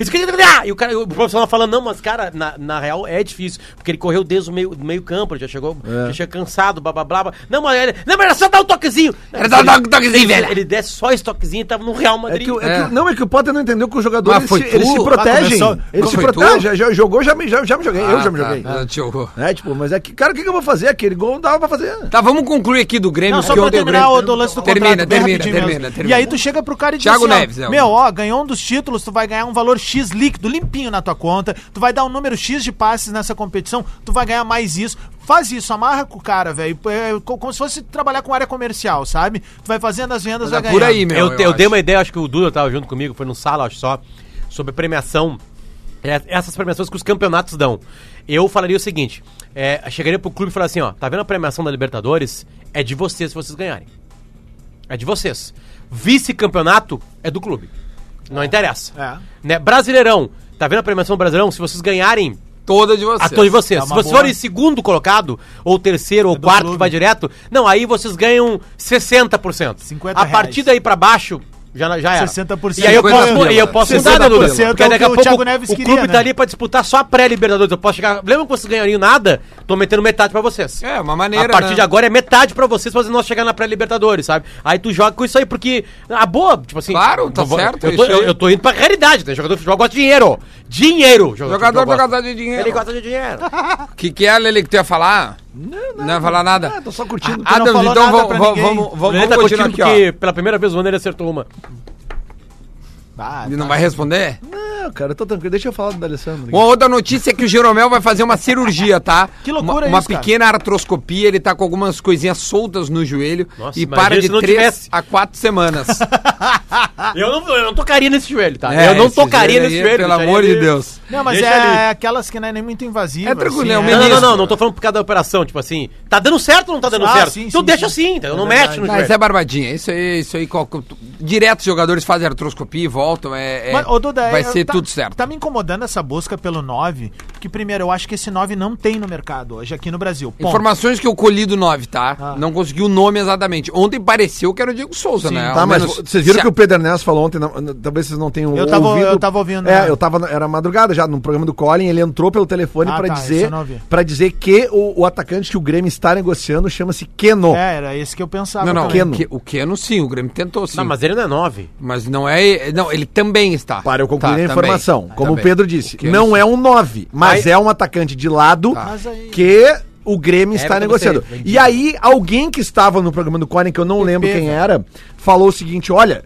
Speaker 8: isso que ele dá. E o, cara, o profissional falando, não, mas cara, na, na real é difícil, porque ele correu desde o meio, do meio campo, ele já chegou,
Speaker 4: É.
Speaker 8: já chegou cansado, blá blá blá. blá. Não, mas ele, não, mas era só dar um toquezinho.
Speaker 2: Era só dar um toquezinho,
Speaker 8: ele,
Speaker 2: velho.
Speaker 8: Ele desce só esse toquezinho e tava no Real
Speaker 4: É
Speaker 8: Madrid.
Speaker 4: que, o- é
Speaker 2: É.
Speaker 4: que o- não, é que o Potter não entendeu que o jogador
Speaker 2: Mas
Speaker 4: ele
Speaker 2: foi
Speaker 4: se, ele
Speaker 2: tu?
Speaker 4: se
Speaker 2: Ah,
Speaker 4: protege.
Speaker 3: começou-
Speaker 4: ele
Speaker 2: Não,
Speaker 4: se
Speaker 2: foi tu?
Speaker 4: protege. Já, já jogou, já me, já, já me joguei. eu já me
Speaker 2: Ah,
Speaker 4: joguei.
Speaker 2: tá, tá, te horror.
Speaker 4: É, tipo, mas é que, cara, o que, que eu vou fazer? Aquele gol não dava pra fazer.
Speaker 2: Tá, vamos concluir aqui do Grêmio.
Speaker 3: Não, só
Speaker 2: porque
Speaker 3: pra
Speaker 2: ontem o
Speaker 3: terminar o
Speaker 2: Grêmio-
Speaker 3: do lance do
Speaker 2: termina,
Speaker 3: contrato. bem
Speaker 2: Termina,
Speaker 3: rapidinho
Speaker 2: termina,
Speaker 3: mesmo.
Speaker 2: termina.
Speaker 3: E aí tu chega pro cara e diz assim,
Speaker 2: Thiago
Speaker 3: ó,
Speaker 2: Neves, é o-
Speaker 3: meu, ó, ganhou um dos títulos, tu vai ganhar um valor X líquido, limpinho na tua conta, tu vai dar um número X de passes nessa competição, tu vai ganhar mais isso. Faz isso, amarra com o cara, velho. É, co- como se fosse trabalhar com área comercial, sabe? Tu vai fazendo as vendas, vai
Speaker 2: Tá
Speaker 3: ganhar.
Speaker 2: por aí, meu.
Speaker 8: eu, eu dei
Speaker 2: acho.
Speaker 8: uma ideia, acho que o Duda tava junto comigo, foi no sala, acho só, sobre premiação. É, essas premiações que os campeonatos dão. Eu falaria o seguinte: é, chegaria pro clube e falaria assim, ó, tá vendo a premiação da Libertadores? É de vocês se vocês ganharem. É de vocês. Vice-campeonato é do clube. Não interessa. Né? Brasileirão, tá vendo a premiação do Brasileirão? Se vocês ganharem,
Speaker 2: Toda de
Speaker 8: a
Speaker 2: vocês.
Speaker 8: todos vocês.
Speaker 3: É
Speaker 8: Se
Speaker 3: uma
Speaker 8: vocês
Speaker 3: boa.
Speaker 8: forem segundo colocado, ou terceiro, ou
Speaker 3: é do
Speaker 8: quarto,
Speaker 3: clube.
Speaker 8: que vai direto, não, aí vocês ganham 60%.
Speaker 3: 50
Speaker 8: a partir
Speaker 3: reais.
Speaker 8: daí pra baixo, já, já era.
Speaker 3: 60%.
Speaker 8: E aí eu posso,
Speaker 2: 50
Speaker 8: e eu posso
Speaker 3: 60%
Speaker 8: mudar, né,
Speaker 3: é
Speaker 8: Duda?
Speaker 3: o
Speaker 8: Porque
Speaker 3: que
Speaker 8: daqui a
Speaker 3: o
Speaker 8: pouco o,
Speaker 3: Thiago Neves queria,
Speaker 8: clube
Speaker 3: né?
Speaker 8: tá ali pra disputar só a pré-Libertadores. Eu posso chegar... Lembra que vocês ganhariam nada? Tô metendo metade pra vocês.
Speaker 2: É, uma maneira,
Speaker 8: A partir
Speaker 2: né?
Speaker 8: de agora é metade pra vocês, pra nós chegar na pré-Libertadores, sabe? Aí tu joga com isso aí, porque... A boa, tipo assim...
Speaker 2: Claro, tá
Speaker 8: eu vou-
Speaker 2: certo,
Speaker 8: Eu tô,
Speaker 2: isso aí.
Speaker 8: eu, eu tô indo pra realidade, né? Jogador de futebol gosta de dinheiro. Dinheiro.
Speaker 2: Jogador,
Speaker 8: gosta.
Speaker 2: jogador de dinheiro.
Speaker 8: Ele gosta de dinheiro.
Speaker 2: O que, que é, Lele, que tu ia falar? Não, ia falar nada.
Speaker 4: Ah, tô só curtindo.
Speaker 3: Ah, não
Speaker 2: Adams,
Speaker 3: falou
Speaker 2: então
Speaker 3: nada
Speaker 2: vamos
Speaker 3: pra
Speaker 2: vamos-
Speaker 3: ninguém.
Speaker 2: vamos-
Speaker 8: O Lelê
Speaker 2: vamos
Speaker 8: tá
Speaker 2: continuar
Speaker 8: curtindo
Speaker 2: aqui,
Speaker 8: porque
Speaker 2: ó.
Speaker 8: pela primeira vez o Wander acertou uma.
Speaker 3: Ah,
Speaker 2: Ele não vai responder?
Speaker 4: Não, cara, eu tô tranquilo. Deixa eu falar do Alessandro.
Speaker 2: Uma outra notícia é que o Jeromel vai fazer uma cirurgia, tá?
Speaker 3: Que
Speaker 2: Uma,
Speaker 3: loucura
Speaker 2: uma
Speaker 3: isso, cara.
Speaker 2: pequena artroscopia, ele tá com algumas coisinhas soltas no joelho
Speaker 8: Nossa,
Speaker 2: e
Speaker 8: imagina
Speaker 2: para de
Speaker 8: se não
Speaker 2: três
Speaker 8: tivesse.
Speaker 2: a quatro semanas.
Speaker 8: Eu não, eu não tocaria nesse joelho, tá?
Speaker 2: Ah. É,
Speaker 8: eu não
Speaker 2: esse
Speaker 8: tocaria
Speaker 2: joelho
Speaker 8: nesse
Speaker 2: aí,
Speaker 8: joelho.
Speaker 2: Pelo
Speaker 8: deixaria
Speaker 2: amor de
Speaker 8: ele-
Speaker 2: Deus.
Speaker 3: Não, mas é,
Speaker 8: Deixa ali.
Speaker 3: é aquelas que não é nem muito invasivas.
Speaker 2: É tranquilo, é um
Speaker 8: Não, não,
Speaker 2: Ministro.
Speaker 8: não, não tô falando por causa da operação, tipo assim, tá dando certo ou não tá dando
Speaker 3: Ah,
Speaker 8: certo?
Speaker 3: sim,
Speaker 8: então
Speaker 3: sim,
Speaker 8: deixa
Speaker 3: sim.
Speaker 8: assim, entendeu? não
Speaker 3: É
Speaker 8: mexe
Speaker 2: Não,
Speaker 8: no joelho.
Speaker 2: isso é barbadinha. Isso aí, isso aí. qual- Direto os jogadores fazem artroscopia e voltam. É, é-
Speaker 3: Mas, ô, Duda,
Speaker 2: vai
Speaker 3: eu-
Speaker 2: ser
Speaker 3: tá-
Speaker 2: tudo certo.
Speaker 3: Tá me incomodando essa busca pelo 9, porque primeiro, eu acho que esse 9 não tem no mercado hoje aqui no Brasil. Ponto.
Speaker 2: Informações que eu colhi do 9, tá?
Speaker 3: Ah.
Speaker 2: Não consegui o nome exatamente. Ontem pareceu que era o Diego Souza, né?
Speaker 4: Tá,
Speaker 2: Ao
Speaker 4: mas
Speaker 2: menos-
Speaker 4: vocês viram
Speaker 2: se-
Speaker 4: que o Pedro Ernesto falou ontem, não- não- talvez vocês não tenham
Speaker 3: Eu tava- eu tava ouvindo,
Speaker 4: É,
Speaker 3: né?
Speaker 4: eu tava, era madrugada já, no programa do Colin, ele entrou pelo telefone
Speaker 3: Ah,
Speaker 4: pra
Speaker 3: tá, isso
Speaker 4: dizer
Speaker 3: eu não ouvi.
Speaker 4: para dizer que o, o atacante que o Grêmio está negociando chama-se Keno.
Speaker 3: É, era esse que eu pensava.
Speaker 2: Não, não,
Speaker 3: também.
Speaker 4: Keno.
Speaker 2: o Ke- o Keno sim, o Grêmio tentou sim.
Speaker 8: Não, mas ele Pedro é 9.
Speaker 2: Mas não é. Não, ele também está.
Speaker 4: Para eu
Speaker 2: Tá,
Speaker 4: concluir a
Speaker 2: também.
Speaker 4: informação.
Speaker 2: Tá,
Speaker 4: Como o
Speaker 2: também.
Speaker 4: Pedro disse,
Speaker 2: O que eu
Speaker 4: não
Speaker 2: sei.
Speaker 4: é um 9, mas
Speaker 8: Aí-
Speaker 4: é um atacante de lado
Speaker 2: Tá.
Speaker 3: Mas aí-
Speaker 4: que o Grêmio
Speaker 8: É,
Speaker 4: está
Speaker 8: eu
Speaker 4: negociando.
Speaker 8: gostei.
Speaker 4: E aí, alguém que estava no programa do Coren, que eu não lembro quem era, falou o seguinte: olha.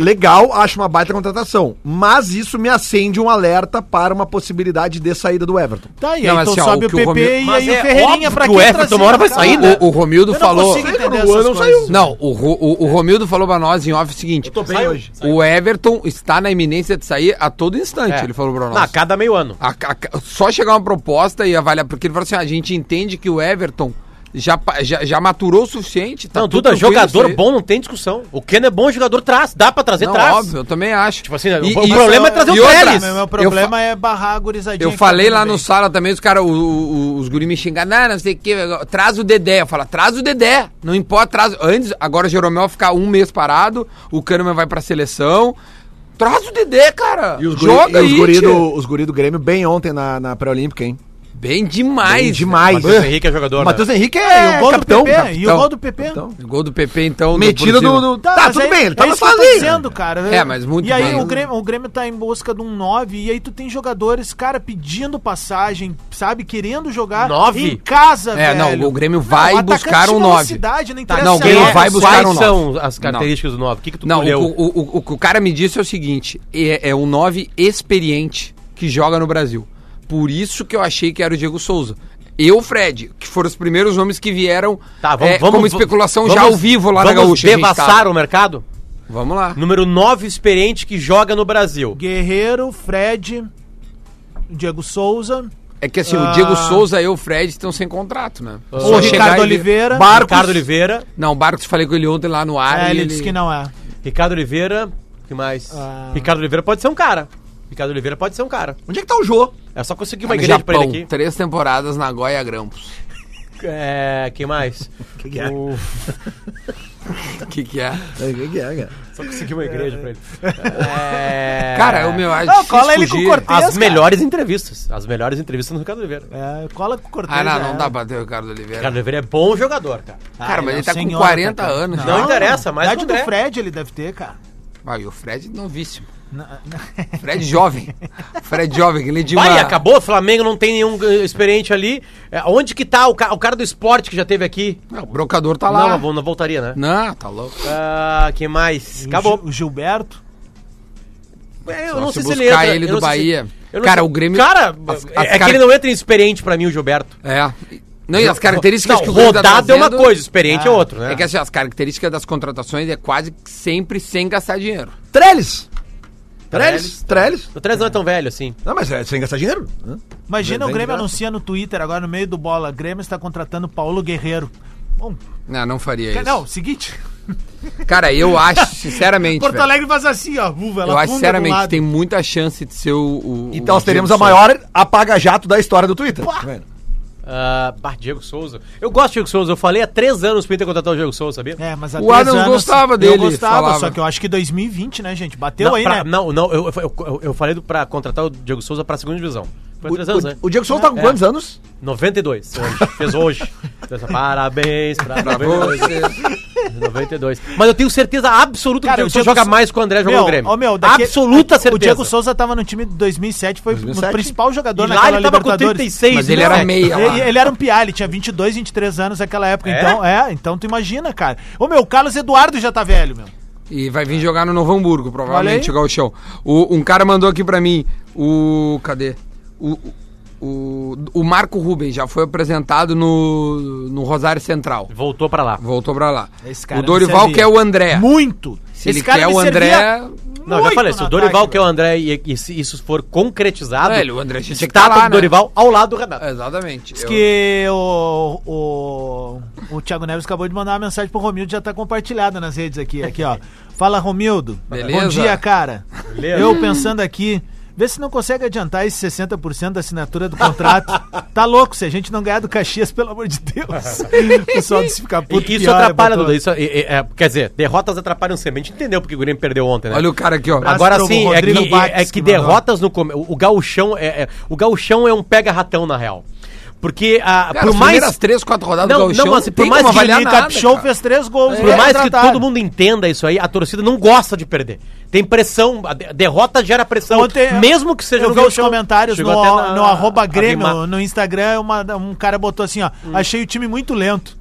Speaker 4: Legal, acho uma baita contratação, mas isso me acende um alerta para uma possibilidade de saída do Everton.
Speaker 3: Tá, e aí
Speaker 2: Não, mas
Speaker 3: então
Speaker 2: assim, ó,
Speaker 3: sobe
Speaker 2: o
Speaker 3: o,
Speaker 2: que o
Speaker 3: PP
Speaker 2: Romildo-
Speaker 3: e
Speaker 8: Mas
Speaker 3: aí
Speaker 8: é
Speaker 3: o Ferreirinha
Speaker 8: óbvio
Speaker 3: pra
Speaker 8: que o Everton uma hora vai
Speaker 3: trazer,
Speaker 8: sair,
Speaker 3: cara?
Speaker 8: né?
Speaker 2: O, o Romildo
Speaker 3: Eu não
Speaker 2: falou.
Speaker 3: consigo
Speaker 4: Sai,
Speaker 3: entender
Speaker 4: Luan,
Speaker 3: essas
Speaker 4: não
Speaker 3: coisas.
Speaker 4: saiu.
Speaker 2: Não, o, Ro- o, o Romildo falou pra nós em off o seguinte:
Speaker 4: tô bem hoje.
Speaker 2: o Everton está na iminência de sair a todo instante,
Speaker 8: É.
Speaker 2: ele falou pra nós.
Speaker 8: A cada meio ano.
Speaker 2: A- a- só chegar uma proposta e avaliar, porque ele falou assim: a gente entende que o Everton já, pa- já, já maturou o suficiente. Tá
Speaker 8: não,
Speaker 2: tudo
Speaker 4: é
Speaker 8: Duda,
Speaker 2: tranquilo isso
Speaker 8: jogador
Speaker 2: aí.
Speaker 8: bom não tem discussão. O Ken é bom jogador, traz. Dá pra trazer,
Speaker 2: Não,
Speaker 8: traz.
Speaker 2: óbvio, eu também acho.
Speaker 8: Tipo assim, né, o problema é trazer o
Speaker 2: e outra,
Speaker 8: Trellis.
Speaker 3: Meu, meu
Speaker 2: eu fa-
Speaker 3: problema é barrar a gurizadinha.
Speaker 2: Eu
Speaker 3: que
Speaker 2: falei
Speaker 3: tá
Speaker 2: lá
Speaker 3: vindo
Speaker 2: no
Speaker 3: bem.
Speaker 2: sala também, os caras, os guri me xingaram, não, não sei o que, traz o Dedé. Eu falo, traz o Dedé, não importa, traz. Antes, agora o Jeromel vai ficar um mês parado, o Kahneman vai pra seleção. Traz o Dedé, cara.
Speaker 4: E os guri, e os guri do, os guri do Grêmio bem ontem na, na pré-olímpica, hein?
Speaker 2: tio. Bem demais.
Speaker 4: Bem demais.
Speaker 8: Matheus Henrique é jogador,
Speaker 4: O
Speaker 8: né?
Speaker 4: Matheus Henrique
Speaker 3: E
Speaker 4: é
Speaker 3: o gol do
Speaker 4: capitão.
Speaker 3: PP, e o
Speaker 2: capitão.
Speaker 3: gol do PP.
Speaker 4: Capitão.
Speaker 2: O gol do PP, então. do-
Speaker 4: Metida
Speaker 2: por cima.
Speaker 4: do... do- Tá,
Speaker 3: mas
Speaker 4: tudo
Speaker 3: é-
Speaker 4: bem, ele
Speaker 3: é
Speaker 4: tá na
Speaker 3: isso que eu tô
Speaker 4: fase.
Speaker 3: dizendo, cara.
Speaker 2: É, mas muito
Speaker 3: E aí
Speaker 2: bem.
Speaker 3: o Grêmio, o Grêmio tá em busca de um 9 e aí tu tem jogadores, cara, pedindo passagem, sabe, querendo jogar
Speaker 8: Nove?
Speaker 3: em casa,
Speaker 2: É, não, o Grêmio vai
Speaker 3: atacante
Speaker 2: buscar
Speaker 3: de
Speaker 2: um nove.
Speaker 3: velocidade, Não, interessa é
Speaker 2: não, o Grêmio
Speaker 3: a
Speaker 2: vai
Speaker 3: época,
Speaker 2: buscar
Speaker 8: é? Quais
Speaker 2: um nove.
Speaker 8: são as características do 9? O que, que tu
Speaker 2: Não,
Speaker 8: colheu?
Speaker 2: o, o, o, o que o cara me disse é o seguinte: é, é um 9 experiente que joga no Brasil. Por isso que eu achei que era o Diego Souza. Eu, Fred, que foram os primeiros nomes que vieram
Speaker 8: Tá, vamos,
Speaker 2: é,
Speaker 8: vamos,
Speaker 2: como especulação já
Speaker 8: vamos-
Speaker 2: ao vivo lá na
Speaker 8: vamos
Speaker 2: Gaúcha. a gente
Speaker 8: devassar
Speaker 2: tava.
Speaker 8: o mercado?
Speaker 2: Vamos lá.
Speaker 8: Número 9 experiente que joga no Brasil.
Speaker 3: Guerreiro, Fred, Diego Souza,
Speaker 2: É que assim,
Speaker 3: Ah.
Speaker 2: o Diego Souza, eu, Fred, estão sem contrato, né?
Speaker 3: o
Speaker 2: Só chegar
Speaker 3: Ricardo
Speaker 2: e-
Speaker 3: Oliveira.
Speaker 8: Ricardo Oliveira.
Speaker 2: Não, o Barcos falei com ele ontem lá no ar.
Speaker 3: É,
Speaker 2: e
Speaker 3: ele disse que não é.
Speaker 8: Ricardo Oliveira. que mais?
Speaker 3: Ah.
Speaker 8: Ricardo Oliveira pode ser um cara. Ricardo Oliveira pode ser um cara.
Speaker 4: Onde é que tá o Jô?
Speaker 8: É só conseguir
Speaker 2: Tá
Speaker 8: uma
Speaker 2: no
Speaker 8: igreja pra
Speaker 2: Japão,
Speaker 8: ele aqui.
Speaker 2: três temporadas na Goia Grampos.
Speaker 8: É, quem mais? O-
Speaker 2: O *laughs* que, que é?
Speaker 4: É, que que é, cara?
Speaker 8: Só consegui uma igreja pra ele. É...
Speaker 2: Cara, o meu. é
Speaker 3: Não,
Speaker 2: difícil
Speaker 3: cola ele com
Speaker 2: fugir.
Speaker 3: o Cortez,
Speaker 8: As
Speaker 3: cara.
Speaker 8: melhores entrevistas. As melhores entrevistas no Ricardo Oliveira.
Speaker 3: É, cola com o Cortez.
Speaker 2: Ah, não,
Speaker 3: já
Speaker 2: não
Speaker 3: era.
Speaker 2: dá pra ter o Ricardo Oliveira.
Speaker 8: Ricardo Oliveira é bom jogador, cara.
Speaker 2: Cara, mas
Speaker 3: não,
Speaker 2: ele tá com
Speaker 3: senhora,
Speaker 2: 40
Speaker 3: um cara.
Speaker 2: anos.
Speaker 8: Não
Speaker 2: já.
Speaker 8: interessa, mas
Speaker 3: A
Speaker 8: o
Speaker 3: idade do
Speaker 8: André.
Speaker 3: Fred ele deve ter, cara.
Speaker 2: Ah, e o Fred novíssimo. *laughs* Fred
Speaker 8: *laughs*
Speaker 2: jovem. Fred jovem, que ele é de uma...
Speaker 8: Vai, acabou. O Flamengo não tem nenhum eh, experiente ali. É, onde que tá o, ca- o cara do esporte que já teve aqui?
Speaker 2: Não, o brocador tá
Speaker 8: Não,
Speaker 2: lá.
Speaker 8: não,
Speaker 2: Não,
Speaker 8: vou- não voltaria, né?
Speaker 2: tá louco.
Speaker 8: Ah, que mais? Acabou.
Speaker 3: O Gilberto.
Speaker 8: É, eu
Speaker 2: Só
Speaker 8: não
Speaker 2: se
Speaker 8: sei se ele
Speaker 2: buscar
Speaker 8: entra.
Speaker 2: ele
Speaker 8: eu
Speaker 2: do
Speaker 8: não sei se-
Speaker 2: Bahia.
Speaker 8: eu não
Speaker 2: Cara, o
Speaker 8: sei-
Speaker 2: Grêmio-
Speaker 8: Cara,
Speaker 2: As-
Speaker 8: é,
Speaker 2: as
Speaker 8: é que
Speaker 2: cara-
Speaker 8: ele não entra experiente pra mim, o Gilberto.
Speaker 2: É. Não, e as características
Speaker 8: Não,
Speaker 2: que o Grêmio tá
Speaker 8: rodado é uma
Speaker 2: trazendo-
Speaker 8: coisa, experiente é
Speaker 3: Ah,
Speaker 8: outro, né?
Speaker 2: É que assim, as características das contratações é quase que sempre sem gastar dinheiro.
Speaker 4: Trellis. Trellis. Trellis.
Speaker 8: O Três não é tão velho assim.
Speaker 4: Não, mas é sem gastar dinheiro. né?
Speaker 3: Imagina o
Speaker 4: Vem
Speaker 3: Grêmio
Speaker 4: graça.
Speaker 3: anuncia no Twitter agora no meio do bola. Grêmio está contratando Paulo Guerreiro. Bom,
Speaker 2: Não, não faria
Speaker 3: ca-
Speaker 2: É isso.
Speaker 3: não, seguinte.
Speaker 2: Cara, eu
Speaker 8: *laughs*
Speaker 2: acho, sinceramente,
Speaker 3: Porto
Speaker 2: velho,
Speaker 3: Alegre faz assim, ó. Uva,
Speaker 2: eu acho,
Speaker 3: afunda
Speaker 2: sinceramente,
Speaker 3: do
Speaker 2: tem muita chance de ser o... o-
Speaker 4: Então
Speaker 2: o
Speaker 4: nós teremos a
Speaker 2: Diego
Speaker 4: maior apaga-jato da história do Twitter. Tá vendo?
Speaker 8: Ah, bah, Diego Souza. Eu gosto de Diego Souza. Eu falei há três anos pra Inter contratar o Diego Souza, sabia?
Speaker 3: É, mas há
Speaker 2: O
Speaker 3: três
Speaker 2: Adams
Speaker 3: anos-
Speaker 2: gostava
Speaker 3: eu
Speaker 2: dele,
Speaker 3: gostava,
Speaker 2: falava.
Speaker 3: só que eu acho que 2020, né, gente? Bateu
Speaker 8: não,
Speaker 3: aí,
Speaker 8: pra-
Speaker 3: né?
Speaker 8: não, não, eu, eu- eu- eu falei do- pra contratar o Diego Souza pra segunda divisão. Foi há três anos, né?
Speaker 4: O, o, o Diego Souza tá com quantos anos?
Speaker 8: 92, hoje.
Speaker 2: *laughs*
Speaker 8: Fez hoje. Parabéns
Speaker 2: Souza.
Speaker 8: pra
Speaker 2: Pra
Speaker 8: 92.
Speaker 2: você.
Speaker 8: 92. Mas eu tenho certeza absoluta que
Speaker 3: Cara,
Speaker 8: o Diego
Speaker 3: o
Speaker 8: Souza
Speaker 3: Diego
Speaker 8: joga
Speaker 3: Sou-
Speaker 8: mais que o André jogou
Speaker 3: Meu,
Speaker 8: no Grêmio.
Speaker 3: ó, meu, daqui-
Speaker 8: Absoluta certeza.
Speaker 3: O Diego Souza tava no time de 2007, foi
Speaker 4: 2007.
Speaker 3: o principal jogador
Speaker 8: E
Speaker 3: naquela
Speaker 8: lá ele tava com
Speaker 3: Libertadores.
Speaker 8: 36.
Speaker 2: Mas ele
Speaker 8: né?
Speaker 2: era meia lá.
Speaker 3: Ele, ele era um piá, ele tinha 22, 23 anos naquela época.
Speaker 8: É?
Speaker 3: Então, é, então tu imagina, cara. Ô, meu, o Carlos Eduardo já tá velho, meu.
Speaker 2: E vai vir jogar no Novo Hamburgo, provavelmente,
Speaker 3: Olha aí.
Speaker 2: o Galchão. O, um cara mandou aqui pra mim, o. Cadê? O, o, o Marco Rubens já foi apresentado no, no Rosário Central.
Speaker 8: Voltou pra lá.
Speaker 2: Voltou pra lá.
Speaker 3: Esse cara
Speaker 2: o
Speaker 3: me
Speaker 2: Dorival
Speaker 3: servia.
Speaker 2: quer o
Speaker 8: É.
Speaker 2: André.
Speaker 3: Muito.
Speaker 2: Se ele quer o André.
Speaker 8: Não, eu já falei, se o Dorival que é o
Speaker 3: o
Speaker 8: André e, e se isso for concretizado,
Speaker 2: Velho, o André tinha que
Speaker 8: estátua
Speaker 2: tá lá,
Speaker 8: do
Speaker 2: né?
Speaker 8: Dorival ao lado do Renato.
Speaker 2: Exatamente. Eu-
Speaker 3: que o, o, o Thiago Neves acabou de mandar uma mensagem pro Romildo, já tá compartilhada nas redes aqui. Aqui, ó. Fala, Romildo.
Speaker 2: Beleza?
Speaker 3: Bom dia, cara.
Speaker 8: Beleza.
Speaker 3: Eu pensando aqui, vê se não consegue adiantar esse 60% da assinatura do contrato. tá louco, se a gente não ganhar do Caxias, pelo amor de Deus. o pessoal disse ficar
Speaker 8: E
Speaker 3: puto.
Speaker 8: isso
Speaker 3: pior, né?
Speaker 8: atrapalha,
Speaker 3: botou-
Speaker 8: Duda. Isso, é- é- é- quer dizer, derrotas atrapalham sempre. A gente entendeu porque o Grêmio perdeu ontem, né?
Speaker 2: Olha o cara aqui, ó.
Speaker 3: Abraço
Speaker 8: Agora
Speaker 3: pro
Speaker 8: sim, é que,
Speaker 3: Rodrigo
Speaker 8: é- é
Speaker 3: Bates
Speaker 8: que
Speaker 3: que mandou.
Speaker 8: derrotas no começo. O gauchão é, é- o gauchão é um pega-ratão, na real. Porque ah,
Speaker 2: Cara,
Speaker 8: por
Speaker 2: as
Speaker 8: mais.
Speaker 2: primeiras três, quatro rodadas
Speaker 8: Não,
Speaker 2: do Gauchão,
Speaker 8: não, mas por
Speaker 2: tem
Speaker 8: mais
Speaker 2: como
Speaker 8: que
Speaker 2: avaliar
Speaker 8: ele tá
Speaker 2: nada,
Speaker 3: Capixão
Speaker 2: cara.
Speaker 3: tá, fez três gols. né?
Speaker 8: Por mais que
Speaker 3: contratado.
Speaker 8: todo mundo entenda isso aí, a torcida não gosta de perder. Tem pressão, a de- derrota gera pressão.
Speaker 3: Ontem,
Speaker 8: mesmo que seja
Speaker 3: eu
Speaker 8: o
Speaker 3: vi os
Speaker 8: Gauchão.
Speaker 3: comentários no,
Speaker 8: Chegou até na-
Speaker 3: no arroba
Speaker 8: a
Speaker 3: Grêmio,
Speaker 8: rimar.
Speaker 3: no Instagram, uma- um cara botou assim, ó,
Speaker 8: Hum.
Speaker 3: achei o time muito lento.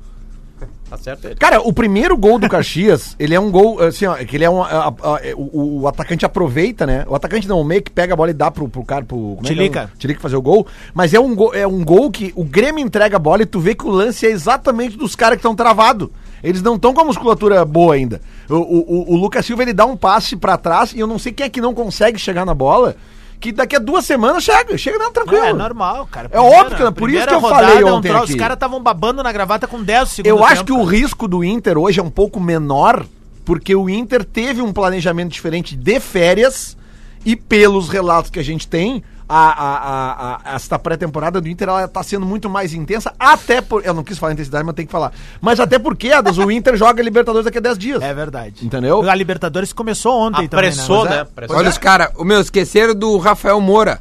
Speaker 8: Tá certo?
Speaker 4: Cara, o primeiro gol do Caxias, *laughs* ele é um gol, assim, ó, que ele é um. a- a- é, o, o atacante aproveita, né? O atacante não, o meio que pega a bola e dá pro, pro cara, pro. como é que é?
Speaker 3: Tilica.
Speaker 4: Tilica fazer o gol. Mas é um, gol, é um gol que o Grêmio entrega a bola e tu vê que o lance é exatamente dos caras que estão travados. Eles não estão com a musculatura boa ainda. O, o, o- o Lucas Silva ele dá um passe pra trás e eu não sei quem é que não consegue chegar na bola. Que daqui a duas semanas chega, chega não, tranquilo.
Speaker 3: É normal, cara.
Speaker 4: É óbvio que não, por isso que eu
Speaker 3: primeira rodada
Speaker 4: falei
Speaker 3: é um
Speaker 4: ontem
Speaker 3: troço,
Speaker 4: aqui.
Speaker 3: Os caras estavam babando na gravata com 10 segundos.
Speaker 4: Eu acho que o risco do Inter hoje é um pouco menor, porque o Inter teve um planejamento diferente de férias e pelos relatos que a gente tem, a, a, a, a- esta pré-temporada do Inter ela tá sendo muito mais intensa, até por... Eu não quis falar intensidade, mas tem que falar. Mas até porque, Adas, o Inter joga Libertadores daqui a 10 dias.
Speaker 3: É verdade.
Speaker 4: Entendeu?
Speaker 3: A Libertadores começou ontem
Speaker 8: Apressou,
Speaker 3: também,
Speaker 8: né?
Speaker 3: né?
Speaker 8: Apressou.
Speaker 2: Olha os caras, o meu, esqueceram do Rafael Moura.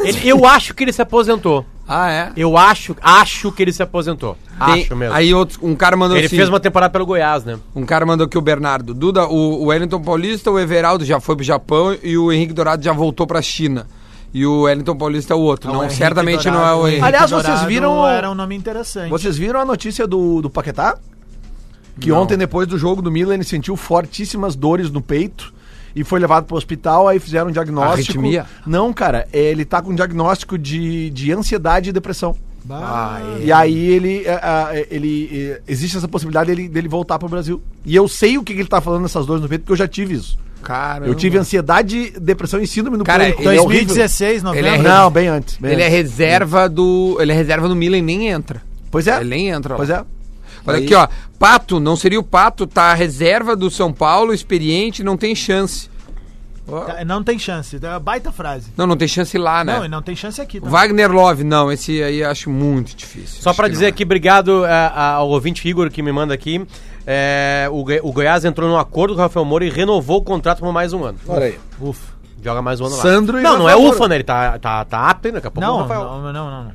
Speaker 8: Ele- eu acho que ele se aposentou.
Speaker 2: Ah, é?
Speaker 8: Eu acho, acho que ele se aposentou.
Speaker 2: Tem-
Speaker 8: acho mesmo.
Speaker 2: Aí outro, um cara mandou
Speaker 8: ele
Speaker 2: assim,
Speaker 8: fez uma temporada pelo Goiás, né?
Speaker 2: um cara mandou aqui o Bernardo, Duda, o, o Wellington Paulista, o Everaldo já foi pro Japão e o Henrique Dourado já voltou pra China. E o Wellington Paulista é o outro. Não,
Speaker 3: Henrique
Speaker 2: certamente não é
Speaker 3: Dourado.
Speaker 2: o Henrique.
Speaker 4: Ah, Aliás,
Speaker 3: Dourado
Speaker 4: vocês viram-
Speaker 3: Era um nome interessante.
Speaker 4: Vocês viram a notícia do, do Paquetá? Que ontem, depois do jogo do Milan, ele sentiu fortíssimas dores no peito e foi levado para o hospital, aí fizeram um diagnóstico.
Speaker 2: Arritmia?
Speaker 4: Não, cara, ele tá com um diagnóstico de, de ansiedade e depressão.
Speaker 3: Bah,
Speaker 4: E aí ele, é, é, ele é, existe essa possibilidade dele, dele voltar para o Brasil. E eu sei o que, que ele tá falando nessas dores no peito, porque eu já tive isso.
Speaker 2: Cara,
Speaker 4: Eu tive ansiedade, depressão e síndrome do
Speaker 2: Cara,
Speaker 4: pânico.
Speaker 2: ele é
Speaker 4: horrível.
Speaker 3: 2016, novembro.
Speaker 2: Ele é
Speaker 4: Não, bem antes. bem
Speaker 2: Ele é
Speaker 4: antes.
Speaker 2: reserva do, ele é reserva do Milan e nem entra.
Speaker 4: Pois é.
Speaker 2: Ele nem entra lá.
Speaker 4: Pois é.
Speaker 2: Olha aqui, ó. Pato, não seria o Pato, tá? Reserva do São Paulo, experiente, não tem chance.
Speaker 3: Tá, Não tem chance. É uma baita frase.
Speaker 2: Não, não tem chance lá, né?
Speaker 3: Não, e não tem chance aqui. também.
Speaker 2: Wagner Love, não, esse aí eu acho muito difícil.
Speaker 8: Só
Speaker 2: Acho
Speaker 8: pra
Speaker 2: que
Speaker 8: dizer
Speaker 2: não. é.
Speaker 8: aqui, obrigado eh, a- ao ouvinte Igor que me manda aqui. Eh, o, Goi- o Goiás entrou num acordo com o Rafael Moura e renovou o contrato por mais um ano.
Speaker 4: Olha aí.
Speaker 3: Ufa.
Speaker 8: Joga mais um ano lá.
Speaker 4: Sandro e
Speaker 8: Não, não é
Speaker 4: Rafael
Speaker 8: ufa,
Speaker 4: Moura.
Speaker 8: né? Ele tá, tá, tá apto, hein? Daqui a pouco o
Speaker 3: Não,
Speaker 8: Rafael.
Speaker 3: não, não, não, não.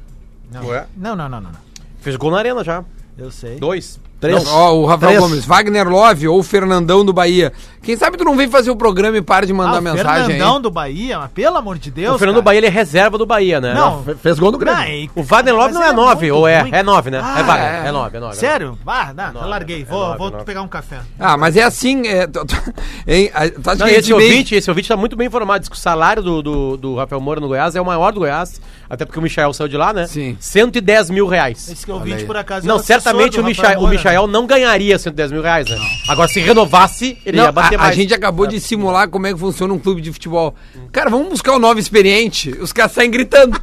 Speaker 3: Não,
Speaker 8: Ué?
Speaker 3: não, não, não, não, não.
Speaker 8: Fez gol na arena já.
Speaker 3: Eu sei.
Speaker 8: Dois.
Speaker 4: Três.
Speaker 2: Ó, o Rafael
Speaker 4: Três.
Speaker 2: Gomes, Wagner Love ou Fernandão do Bahia. Quem sabe tu não vem fazer o programa e para de mandar
Speaker 8: Ah,
Speaker 3: Ah, o
Speaker 2: mensagem
Speaker 3: Fernandão
Speaker 2: aí.
Speaker 3: do Bahia, mas pelo amor de Deus.
Speaker 8: o Fernando
Speaker 3: cara.
Speaker 8: Bahia ele é reserva do Bahia, né?
Speaker 3: Não,
Speaker 4: Fe- Fez gol no Grêmio.
Speaker 3: não, e-
Speaker 8: O Wagner Love
Speaker 3: Mas
Speaker 8: não
Speaker 3: ele
Speaker 8: é nove,
Speaker 3: muito
Speaker 8: ou é?
Speaker 3: ruim.
Speaker 8: É nove, né?
Speaker 3: Ah,
Speaker 8: é Wagner.
Speaker 2: é.
Speaker 8: É nove, é nove.
Speaker 3: Sério? Ah, não, eu larguei.
Speaker 8: é
Speaker 3: vou
Speaker 8: nove,
Speaker 3: vou
Speaker 8: é nove.
Speaker 3: pegar um café.
Speaker 2: Ah, mas é assim, é, tu, tu, *laughs* hein, a- tá tu acha
Speaker 8: Não,
Speaker 2: que
Speaker 8: e
Speaker 2: a
Speaker 8: esse,
Speaker 2: gente vem-
Speaker 8: ouvinte, esse ouvinte tá muito bem informado. Diz que o salário do, do, do Rafael Moura no Goiás é o maior do Goiás. Até porque o Michael saiu de lá, né?
Speaker 2: Sim.
Speaker 8: 110 mil reais.
Speaker 3: Esse que eu vi,
Speaker 2: aí.
Speaker 3: por acaso.
Speaker 8: Não,
Speaker 3: era assessor
Speaker 8: certamente
Speaker 3: do
Speaker 8: o, Micha
Speaker 3: Rafael
Speaker 8: o
Speaker 3: Moura. né?
Speaker 8: Michael não ganharia 110 mil reais, né? Agora, se renovasse, ele
Speaker 2: Não,
Speaker 8: ia bater
Speaker 2: a, a
Speaker 8: mais.
Speaker 2: gente acabou de simular como é que funciona um clube de futebol. Cara, vamos buscar o nove experiente. Os caras saem
Speaker 8: *laughs*
Speaker 2: gritando.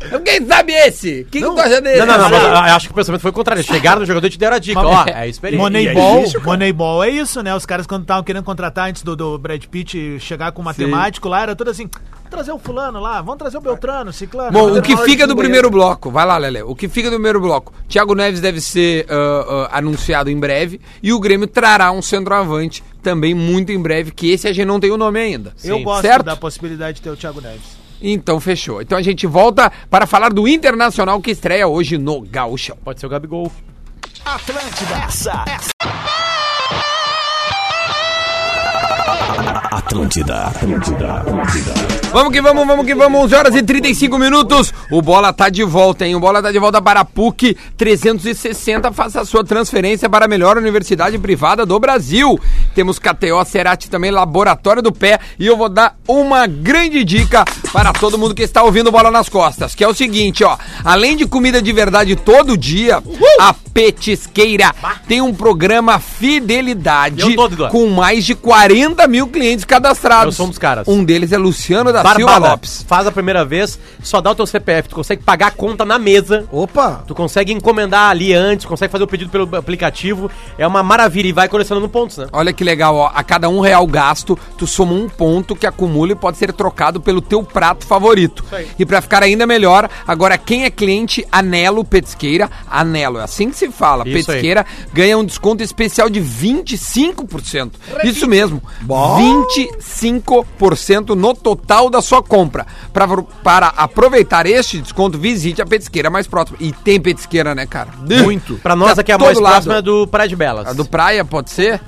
Speaker 2: Então, Quem sabe esse? Quem que tu acha dele?
Speaker 8: Não, não, não, mas eu acho que o pensamento foi o contrário. Chegaram no jogador e te deram a dica. Ó, é experiência.
Speaker 3: Moneyball, Moneyball é isso, né? Os caras quando estavam querendo contratar antes do, do Brad Pitt chegar com o matemático lá, era tudo assim, "Vamos trazer o fulano lá, vamos trazer o Beltrano, o Ciclano.
Speaker 2: Bom,
Speaker 3: Beltrano."
Speaker 2: o que fica do primeiro bloco, vai lá, Lele. O que fica do primeiro bloco? Thiago Neves deve ser ah, ah, anunciado em breve e o Grêmio trará um centroavante também muito em breve, que esse a gente não tem o nome ainda.
Speaker 3: Eu gosto
Speaker 2: certo?
Speaker 3: da possibilidade de ter o Thiago Neves.
Speaker 2: Então fechou. Então a gente volta para falar do Internacional que estreia hoje no Gaúcho.
Speaker 8: Pode ser o Gabigol.
Speaker 6: Atlântida, Atlântida, Atlântida.
Speaker 2: Vamos que vamos, vamos que vamos, 11 horas e 35 minutos. O Bola tá de volta, hein? O Bola tá de volta para a PUC 360. Faça a sua transferência para a melhor universidade privada do Brasil. Temos KTO, Cerati também, Laboratório do Pé. E eu vou dar uma grande dica para todo mundo que está ouvindo Bola nas Costas, que é o seguinte, ó. Além de comida de verdade todo dia, a Petisqueira tem um programa Fidelidade
Speaker 8: Eu tô, Dudu.
Speaker 2: com mais de 40 mil clientes cadastrados.
Speaker 8: Eu sou um dos caras.
Speaker 2: Um deles é Luciano
Speaker 8: Tá,
Speaker 2: da Silva
Speaker 8: Barbada.
Speaker 2: Lopes.
Speaker 8: Faz a primeira vez, só dá o teu CPF. Tu consegue pagar a conta na mesa.
Speaker 4: Opa!
Speaker 8: Tu consegue encomendar ali antes, consegue fazer o pedido pelo aplicativo. É uma maravilha e vai colecionando pontos, né?
Speaker 2: Olha que legal, ó. A cada um real gasto, tu soma um ponto que acumula e pode ser trocado pelo teu prato favorito. E pra ficar ainda melhor, agora quem é cliente Anelo Petisqueira, Anelo, é assim que se fala,
Speaker 8: Isso
Speaker 2: Petisqueira, ganha um desconto especial de 25%. Isso mesmo, 25% no total da sua compra. Pra, para aproveitar este desconto, visite a petisqueira mais próxima. E tem petisqueira, né, cara? Tá Muito.
Speaker 8: Pra nós aqui a mais próxima é do Praia de Belas.
Speaker 2: A do praia pode ser?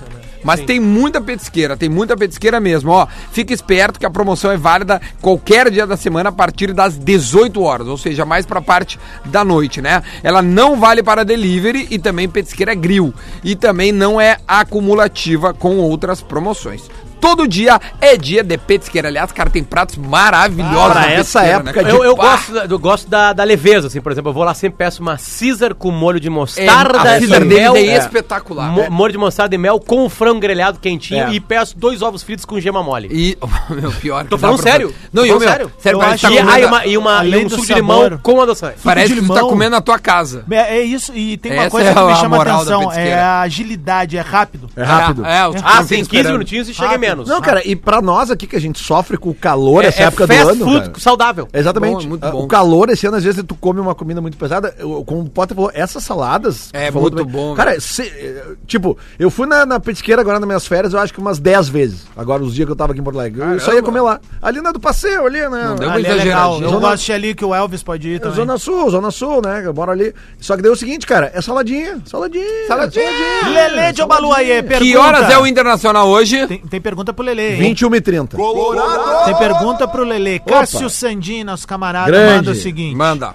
Speaker 2: Mas tem muita petisqueira, tem muita petisqueira mesmo, ó. Fica esperto que a promoção é válida qualquer dia da semana a partir das 18 horas, ou seja, mais pra parte da noite, né? Ela não vale para delivery e também petisqueira é grill. E também não é acumulativa com outras promoções. Todo dia é dia de petisqueira. Aliás, cara, tem pratos maravilhosos
Speaker 4: Ah, pra
Speaker 2: na
Speaker 4: essa
Speaker 2: petisqueira,
Speaker 4: época
Speaker 2: né?
Speaker 8: Eu, eu
Speaker 2: Pá!
Speaker 8: gosto, da, eu gosto da, da leveza, assim, por exemplo, eu vou lá sempre peço uma Caesar com molho de
Speaker 2: É,
Speaker 8: mostarda
Speaker 2: a
Speaker 8: e
Speaker 2: Caesar deles
Speaker 8: mel.
Speaker 2: é,
Speaker 8: É.
Speaker 2: espetacular.
Speaker 8: Mo- molho de mostarda e mel com o frango grelhado quentinho
Speaker 4: É.
Speaker 8: e peço dois ovos fritos com gema mole.
Speaker 2: E, *laughs* meu, pior. que
Speaker 8: Tô
Speaker 2: dá
Speaker 8: falando
Speaker 2: pra-
Speaker 8: sério.
Speaker 2: Não,
Speaker 8: Tô
Speaker 2: e o
Speaker 8: falando
Speaker 2: meu,
Speaker 8: sério.
Speaker 2: sério,
Speaker 3: Eu
Speaker 2: parece
Speaker 3: acho
Speaker 2: que
Speaker 8: E
Speaker 2: tá
Speaker 3: que-
Speaker 8: aí
Speaker 2: comendo-
Speaker 8: uma, e uma
Speaker 3: Além
Speaker 8: um
Speaker 3: do
Speaker 8: suco de
Speaker 3: sabor.
Speaker 8: limão com adoçante.
Speaker 2: Parece que tu tá
Speaker 3: limão.
Speaker 2: comendo na tua casa.
Speaker 3: É, é isso, e tem uma
Speaker 2: Essa
Speaker 3: coisa
Speaker 2: é
Speaker 3: que me
Speaker 2: a
Speaker 3: chama
Speaker 2: moral da
Speaker 3: atenção, é
Speaker 2: petisqueira.
Speaker 3: a agilidade, é rápido.
Speaker 4: É rápido.
Speaker 2: É, é, os
Speaker 8: Ah,
Speaker 2: caras
Speaker 8: sim,
Speaker 2: ficam
Speaker 8: 15
Speaker 2: esperando.
Speaker 8: minutinhos e chega
Speaker 3: Rápido.
Speaker 8: menos. É
Speaker 4: Não, cara, e pra nós aqui que a gente sofre com o
Speaker 2: É,
Speaker 4: calor essa é época do
Speaker 8: fast
Speaker 4: ano.
Speaker 8: food
Speaker 4: cara.
Speaker 8: saudável.
Speaker 4: Exatamente.
Speaker 2: Bom, é muito
Speaker 4: Ah,
Speaker 2: bom.
Speaker 4: O calor esse ano, às vezes, tu come uma comida muito pesada. Eu- Como o Potter falou, essas saladas.
Speaker 2: É
Speaker 4: tu falou
Speaker 2: muito
Speaker 4: também.
Speaker 2: bom,
Speaker 4: Cara, se- eh, tipo, eu fui na, na petisqueira agora nas minhas férias, eu acho que umas 10 vezes. Agora, os dias que eu tava aqui em Porto Alegre. Eu só ia comer lá. Ali na do passeio, ali, né?
Speaker 2: Não deu uma
Speaker 3: Ali é legal.
Speaker 2: exageradinha.
Speaker 3: Eu
Speaker 4: Zona-
Speaker 3: gosto de ir ali que o Elvis pode
Speaker 2: É,
Speaker 3: ir também.
Speaker 4: Zona Sul, Zona Sul, né? Bora ali. Só que deu o seguinte, cara, é saladinha, saladinha.
Speaker 2: Saladinha.
Speaker 3: Lele de Obaluaê, pergunta.
Speaker 2: Que horas é o Internacional hoje?
Speaker 3: Tem, tem pergunta pro Lele, hein?
Speaker 4: 21 e 30.
Speaker 7: Colorado.
Speaker 3: Tem pergunta pro Lele. Cássio Sandin, nosso camarada,
Speaker 4: Grande.
Speaker 3: manda o seguinte.
Speaker 2: Manda.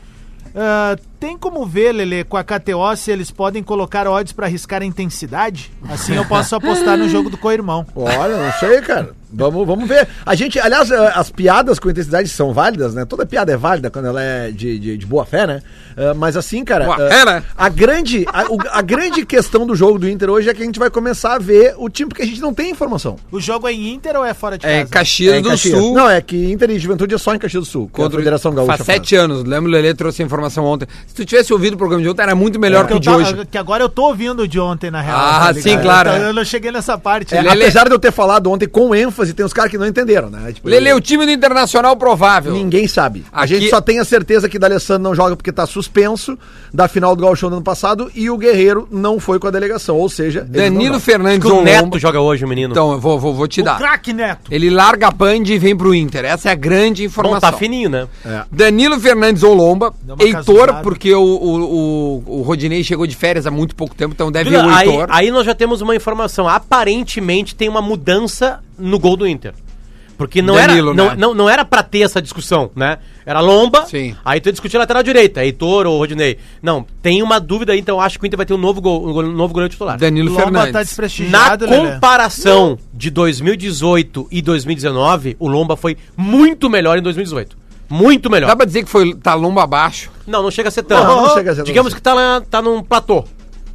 Speaker 3: Ah, tem como ver, Lele, com a KTO se eles podem colocar odds pra arriscar a intensidade? Assim eu posso apostar no jogo do co-irmão.
Speaker 4: Olha, não sei, cara. Vamos, vamos ver. A gente, aliás, eh, as piadas com intensidade são válidas, né? Toda piada é válida quando ela é de, de, de boa fé, né? Eh, mas assim, cara.
Speaker 2: Boa
Speaker 4: eh,
Speaker 2: fé, né?
Speaker 4: A grande, a, o- a grande questão do jogo do Inter hoje é que a gente vai começar a ver o time, porque a gente não tem informação.
Speaker 3: O jogo é em Inter ou é fora de
Speaker 2: É
Speaker 3: casa?
Speaker 2: Caxias
Speaker 4: É em
Speaker 2: do
Speaker 4: Caxias.
Speaker 2: Sul.
Speaker 4: Não, é que Inter e Juventude é só em Caxias do Sul. que
Speaker 2: Contra
Speaker 4: a Federação Gaúcha.
Speaker 2: Faz sete anos. Lembro, o Lelê trouxe a informação ontem. Se tu tivesse ouvido o programa de ontem, era muito
Speaker 8: É.
Speaker 2: melhor que
Speaker 3: É que,
Speaker 2: o de
Speaker 3: eu
Speaker 2: hoje.
Speaker 3: ta- que agora eu tô ouvindo o de ontem, na real. tá
Speaker 2: Ah,
Speaker 3: ligado?
Speaker 2: sim, claro,
Speaker 3: Eu,
Speaker 2: é.
Speaker 3: eu não cheguei nessa parte. Ah,
Speaker 4: É,
Speaker 2: Lele-
Speaker 4: Apesar de eu ter falado ontem com ênfase, tem uns caras que não entenderam, né? Tipo,
Speaker 2: Lelê, o time do Internacional provável.
Speaker 4: Ninguém sabe. A
Speaker 2: Então, Aqui-
Speaker 4: gente só tem a certeza que D'Alessandro não joga porque tá suspenso da final do Gauchão do ano passado e o Guerreiro não foi com a delegação, ou seja, ele
Speaker 2: Danilo
Speaker 4: não um joga.
Speaker 2: Fernandes
Speaker 8: Que o
Speaker 2: Olomba.
Speaker 8: Neto joga hoje, o menino.
Speaker 2: Então, eu vou, vou, vou te
Speaker 3: o
Speaker 2: dar.
Speaker 3: craque Neto.
Speaker 2: Ele larga a Band e vem pro Inter. Essa é a grande
Speaker 8: Bom,
Speaker 2: informação.
Speaker 8: tá fininho, né?
Speaker 2: É. Danilo Fernandes Olomba,
Speaker 3: Deu uma
Speaker 2: Heitor,
Speaker 3: casuzada.
Speaker 2: porque o, o, o, o Rodinei chegou de férias há muito pouco tempo, então deve ir
Speaker 8: Duda,
Speaker 2: o
Speaker 8: aí,
Speaker 2: Heitor.
Speaker 8: aí nós já temos uma informação. Aparentemente tem uma mudança no gol do Inter. Porque não
Speaker 2: Danilo,
Speaker 8: era não,
Speaker 2: né?
Speaker 8: não, não era pra ter essa discussão, né? Era lomba,
Speaker 2: Sim.
Speaker 8: aí tu discutia lateral direita, Heitor ou Rodinei. Não, tem uma dúvida aí, então eu acho que o Inter vai ter um novo, gol, um gole- um novo goleiro titular.
Speaker 2: Danilo
Speaker 3: Lomba tá
Speaker 2: Fernandes.
Speaker 8: Na
Speaker 3: desprestigiado, Lelê.
Speaker 8: comparação de 2018 e 2019, o Lomba foi muito melhor em 2018. Muito melhor.
Speaker 2: Dá pra dizer que foi, tá lomba abaixo.
Speaker 8: Não, não chega a ser tanto.
Speaker 4: Não, não chega a ser
Speaker 8: Digamos
Speaker 4: tanto.
Speaker 8: que tá, lá, tá num platô.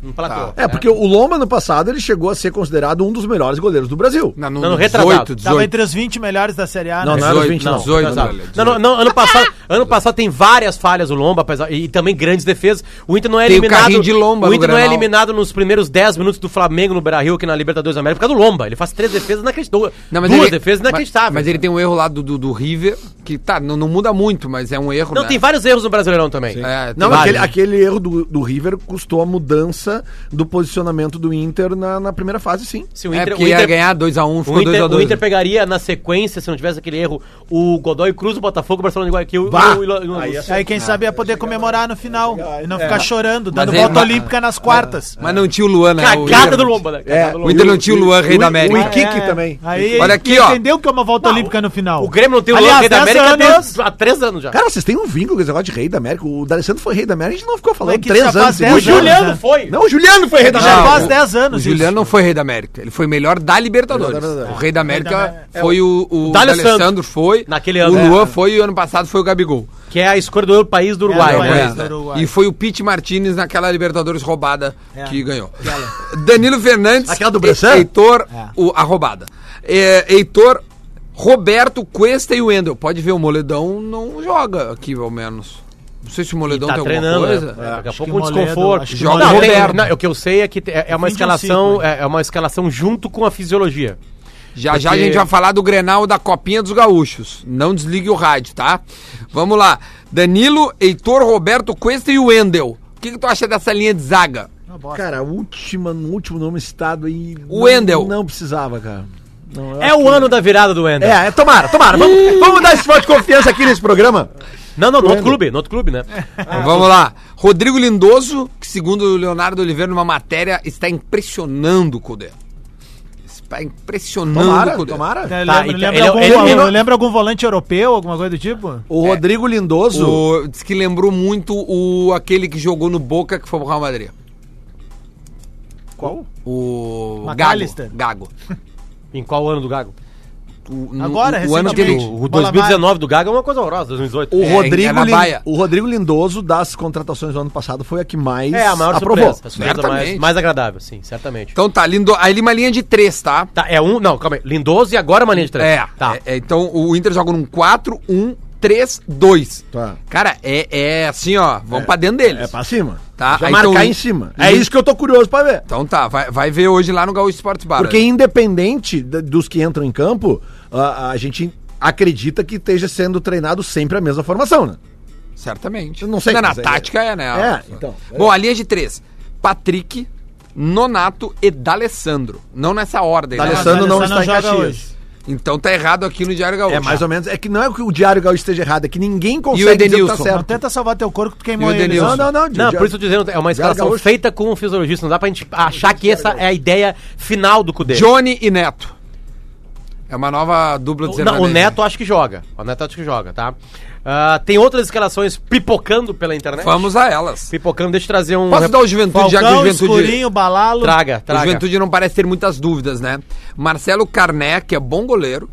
Speaker 8: Num platô.
Speaker 4: É, porque o Lomba no passado ele chegou a ser considerado um dos melhores goleiros do Brasil.
Speaker 2: Não,
Speaker 8: Não, no retratado.
Speaker 3: Tava entre os 20 melhores da Série A,
Speaker 4: Não,
Speaker 3: né?
Speaker 4: não era os 20, não.
Speaker 2: 18,
Speaker 8: Exato.
Speaker 2: Lelê,
Speaker 8: é Não, não, não, ano passado, ano passado tem várias falhas o Lomba, apesar, e também grandes defesas. O Inter não é
Speaker 2: Tem o
Speaker 8: eliminado.
Speaker 2: carrinho de Lomba
Speaker 8: o
Speaker 2: no
Speaker 8: Inter não é
Speaker 2: Grenal.
Speaker 8: eliminado nos primeiros 10 minutos do Flamengo no Beira-Rio aqui na Libertadores da América por causa do Lomba. Ele faz três defesas inacreditáveis.
Speaker 2: Não, mas
Speaker 8: Duas
Speaker 2: ele-
Speaker 8: defesas inacreditáveis. né?
Speaker 2: Mas, mas ele tem um erro lá do, do, do River, que tá, não, não muda muito, mas é um erro.
Speaker 8: Não,
Speaker 2: né?
Speaker 8: tem vários erros no Brasileirão também.
Speaker 2: É,
Speaker 4: Não,
Speaker 2: tem
Speaker 4: aquele,
Speaker 2: vários.
Speaker 4: aquele erro do, do River custou a mudança do posicionamento do Inter na, na primeira fase, sim.
Speaker 8: Se
Speaker 2: É porque ia ganhar 2x1, um,
Speaker 8: O
Speaker 2: ficou
Speaker 8: Inter,
Speaker 2: 2x2.
Speaker 8: o Inter pegaria na sequência, se não tivesse aquele erro, o Godoy Cruz, o Botafogo, o Barcelona igual aqui, o,
Speaker 4: Bah!
Speaker 8: o, o, o-
Speaker 4: Aí é
Speaker 3: Aí quem sabe ia poder comemorar no final e não ficar chorando, dando
Speaker 2: Mas ele-
Speaker 3: volta olímpica nas quartas.
Speaker 2: Mas não tinha o Luan, né? É. O
Speaker 8: Cagada
Speaker 2: River.
Speaker 8: do Lomba, né? Cagada do Lomba.
Speaker 2: O Inter não tinha o Luan, rei da América.
Speaker 4: É, O Iquique
Speaker 3: É,
Speaker 4: também.
Speaker 3: Aí,
Speaker 2: Olha
Speaker 3: quem
Speaker 2: aqui, ó.
Speaker 3: Entendeu que é uma volta olímpica no final?
Speaker 8: O Grêmio não tem o
Speaker 3: Aliás,
Speaker 8: Luan, rei da
Speaker 3: 10
Speaker 8: América há
Speaker 3: anos.
Speaker 8: três- há três anos já.
Speaker 4: Cara, vocês têm um vínculo com esse negócio de rei da América. O D'Alessandro foi rei da América, a gente não ficou falando
Speaker 3: que já
Speaker 4: três
Speaker 3: faz dez
Speaker 4: anos. seguidos.
Speaker 8: o Juliano
Speaker 3: anos, né?
Speaker 4: Não,
Speaker 8: foi.
Speaker 4: o Juliano foi rei da
Speaker 3: Já
Speaker 4: América.
Speaker 3: faz
Speaker 2: o-
Speaker 3: 10
Speaker 2: O
Speaker 3: anos.
Speaker 2: Juliano não foi rei da América. Ele foi melhor da Libertadores.
Speaker 4: Da Libertadores.
Speaker 2: O rei da América
Speaker 3: Rei da América.
Speaker 2: foi o, o
Speaker 8: D'Alessandro.
Speaker 2: D'Alessandro, foi.
Speaker 8: Naquele
Speaker 2: o
Speaker 8: ano.
Speaker 2: Luan
Speaker 8: É.
Speaker 2: foi e o ano passado foi o Gabigol.
Speaker 8: Que é a escolha do país do Uruguai,
Speaker 3: É,
Speaker 8: né?
Speaker 3: país
Speaker 2: É.
Speaker 3: do Uruguai.
Speaker 2: E foi o Pete Martinez naquela Libertadores roubada que ganhou.
Speaker 3: Aquela.
Speaker 2: *laughs* Danilo Fernandes.
Speaker 4: Aquela do Bressan?
Speaker 2: Heitor,
Speaker 3: É.
Speaker 2: o, a roubada. É, Heitor, Roberto, Cuesta e Wendel. Pode ver, o Moledão não joga aqui, ao menos. Não sei se o Moledão
Speaker 8: tá
Speaker 2: tem
Speaker 8: treinando.
Speaker 2: alguma
Speaker 8: né?
Speaker 2: coisa.
Speaker 8: É, daqui a
Speaker 3: Acho que
Speaker 8: pouco um
Speaker 3: Moledo,
Speaker 8: desconforto.
Speaker 3: acho
Speaker 2: que Joga
Speaker 8: não,
Speaker 2: Moledo.
Speaker 8: tem-
Speaker 2: Roberto.
Speaker 8: não, é o que eu sei é que é, é uma
Speaker 3: Fim de um ciclo,
Speaker 8: escalação,
Speaker 3: né?
Speaker 8: é, é uma escalação junto com a fisiologia.
Speaker 2: Já já a
Speaker 8: Porque-
Speaker 2: gente vai falar do Grenal da Copinha dos Gaúchos. Não desligue o rádio, tá? Vamos lá. Danilo, Heitor, Roberto, Cuesta e Wendel. O que, que tu acha dessa linha de zaga?
Speaker 4: Cara, a última, no último nome citado aí.
Speaker 2: O Wendel.
Speaker 4: Não precisava, cara.
Speaker 8: É o ano da virada do Ender.
Speaker 4: É, é, tomara, tomara. Vamos, vamos dar esse voto de confiança aqui nesse programa?
Speaker 8: Não, não, no outro clube, no outro clube, né?
Speaker 2: Então, Vamos lá. Rodrigo Lindoso, que segundo o Leonardo Oliveira numa matéria, está impressionando o Cudê. Está impressionando o Cudê.
Speaker 3: Lembra,
Speaker 8: então
Speaker 3: lembra
Speaker 8: ele-
Speaker 3: algum,
Speaker 8: ele-
Speaker 3: algum-
Speaker 8: ele-
Speaker 3: lembra algum volante europeu, alguma coisa do tipo?
Speaker 4: O Rodrigo Lindoso.
Speaker 2: O- diz que lembrou muito o aquele que jogou no Boca, que foi pro Real Madrid.
Speaker 4: Qual?
Speaker 2: O
Speaker 3: McAllister.
Speaker 2: Gago. Gago.
Speaker 8: Em qual ano do Gago?
Speaker 2: O, no-
Speaker 3: Agora,
Speaker 2: o, o ano que ele...
Speaker 3: recentemente.
Speaker 8: O
Speaker 3: Bola
Speaker 8: 2019 do Gago é uma coisa horrorosa, 2018.
Speaker 4: O,
Speaker 2: É,
Speaker 4: Rodrigo
Speaker 2: era
Speaker 4: Lin-
Speaker 2: Baia.
Speaker 4: o Rodrigo Lindoso das contratações do ano passado foi a que mais
Speaker 8: É a maior
Speaker 4: aprovou.
Speaker 8: surpresa. A surpresa mais,
Speaker 2: Certamente.
Speaker 8: mais agradável, sim, certamente.
Speaker 2: Então tá, lindo... aí uma linha de três, tá?
Speaker 8: Tá, é um. Não, calma aí. Lindoso e agora uma linha de três.
Speaker 2: É,
Speaker 8: Tá.
Speaker 2: é, é, então o Inter joga num 4, 1, 3, 2.
Speaker 4: Tá.
Speaker 2: Cara, é, é assim, ó, vamos pra dentro deles.
Speaker 4: É pra cima.
Speaker 2: Tá,
Speaker 4: Já
Speaker 2: aí
Speaker 4: marcar
Speaker 2: então-
Speaker 4: em cima. É isso que eu tô curioso pra ver.
Speaker 2: Então tá, vai, vai ver hoje lá no Gaúcho Sport Bar.
Speaker 4: Porque independente d- dos que entram em campo, a, a gente acredita que esteja sendo treinado sempre a mesma formação, né?
Speaker 2: Certamente.
Speaker 4: Eu não sei,
Speaker 2: Ainda na
Speaker 4: mas é-
Speaker 2: tática é, né?
Speaker 4: É, então.
Speaker 2: Bom, a linha de três. Patrick, Nonato e D'Alessandro. Não nessa ordem, né?
Speaker 4: D'Alessandro não está em
Speaker 3: joga
Speaker 4: Caxias.
Speaker 3: hoje.
Speaker 2: Então tá errado aqui no Diário Gaúcho.
Speaker 4: É mais ou menos. É que não é que o Diário Gaúcho esteja errado, é que ninguém
Speaker 2: E o
Speaker 4: consegue dizer o que tá
Speaker 2: Edenilson?
Speaker 3: Não
Speaker 4: certo.
Speaker 3: tenta salvar teu corpo que tu queimou
Speaker 2: E o
Speaker 3: ele.
Speaker 2: Denilson?
Speaker 4: Não, não, não.
Speaker 8: Não,
Speaker 4: Di-
Speaker 8: por isso eu tô dizendo, é uma escalação
Speaker 4: Gaúcho.
Speaker 8: feita com um fisiologista, não dá pra gente achar que essa é a ideia final do Cudê.
Speaker 2: Johnny e Neto. É uma nova dupla de
Speaker 8: O- Não, o
Speaker 2: sertanejo.
Speaker 8: Neto acho que joga. O Neto acho que joga, tá? Ah, tem outras escalações pipocando pela internet.
Speaker 2: Vamos a elas.
Speaker 8: Pipocando, deixa eu trazer um.
Speaker 2: Posso
Speaker 4: é
Speaker 8: rep-
Speaker 2: dar o Juventude, já que o
Speaker 3: Falcão,
Speaker 2: Juventude...
Speaker 3: escurinho, balalo.
Speaker 8: Traga,
Speaker 2: O
Speaker 8: traga.
Speaker 2: Juventude não parece ter muitas dúvidas, né? Marcelo Carné, que é bom goleiro.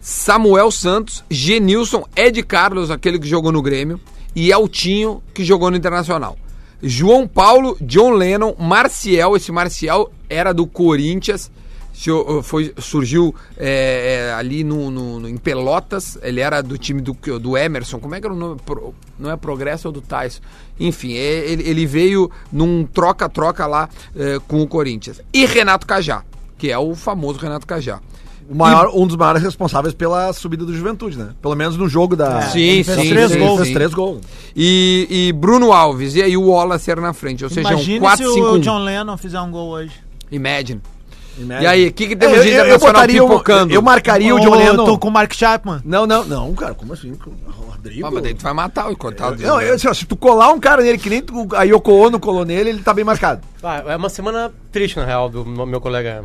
Speaker 2: Samuel Santos, Genilson, Ed Carlos, aquele que jogou no Grêmio, e Altinho, que jogou no Internacional. João Paulo, John Lennon, Marcial, esse Marcial era do Corinthians, se eu- eh, foi, surgiu é, é, ali no, no- no- em Pelotas, ele era do time do, do Emerson, como é que era o nome? Pro- não é Progresso ou do Tyson? Enfim, é- ele, ele veio num troca-troca lá é, com o Corinthians. E Renato Cajá, que é o famoso Renato Cajá.
Speaker 4: o maior- um dos maiores responsáveis pela subida do Juventude, né? Pelo menos no jogo da.
Speaker 2: É, Sim,
Speaker 4: Ele
Speaker 2: sim, sim,
Speaker 4: fez três
Speaker 2: sim,
Speaker 4: gols.
Speaker 2: sim.
Speaker 4: Fez três gols.
Speaker 2: E, e Bruno Alves, e aí o Wallace era na frente, ou seja,
Speaker 3: Imagina
Speaker 2: um 4
Speaker 3: se
Speaker 2: 5
Speaker 3: o
Speaker 2: 1.
Speaker 3: John Lennon fizer um gol hoje.
Speaker 2: Imagine.
Speaker 4: Imagine.
Speaker 2: E aí, o que, que
Speaker 4: Eu,
Speaker 2: temos de
Speaker 4: eu- eu
Speaker 2: internacional
Speaker 4: botaria o-
Speaker 2: pipocando?
Speaker 4: eu marcaria o John
Speaker 3: Ô,
Speaker 4: Lennon.
Speaker 3: Eu tô com o Mark Chapman.
Speaker 4: Não, não, não, cara, como assim? Com- Rodrigo?
Speaker 2: Ah, mas daí tu vai matar o coitado dele,
Speaker 4: Não,
Speaker 2: né?
Speaker 4: eu, assim, ó, se tu colar um cara nele que nem tu, a Yoko Ono colou nele, ele tá bem marcado.
Speaker 8: Ah, é uma semana triste, na real, do meu meu colega.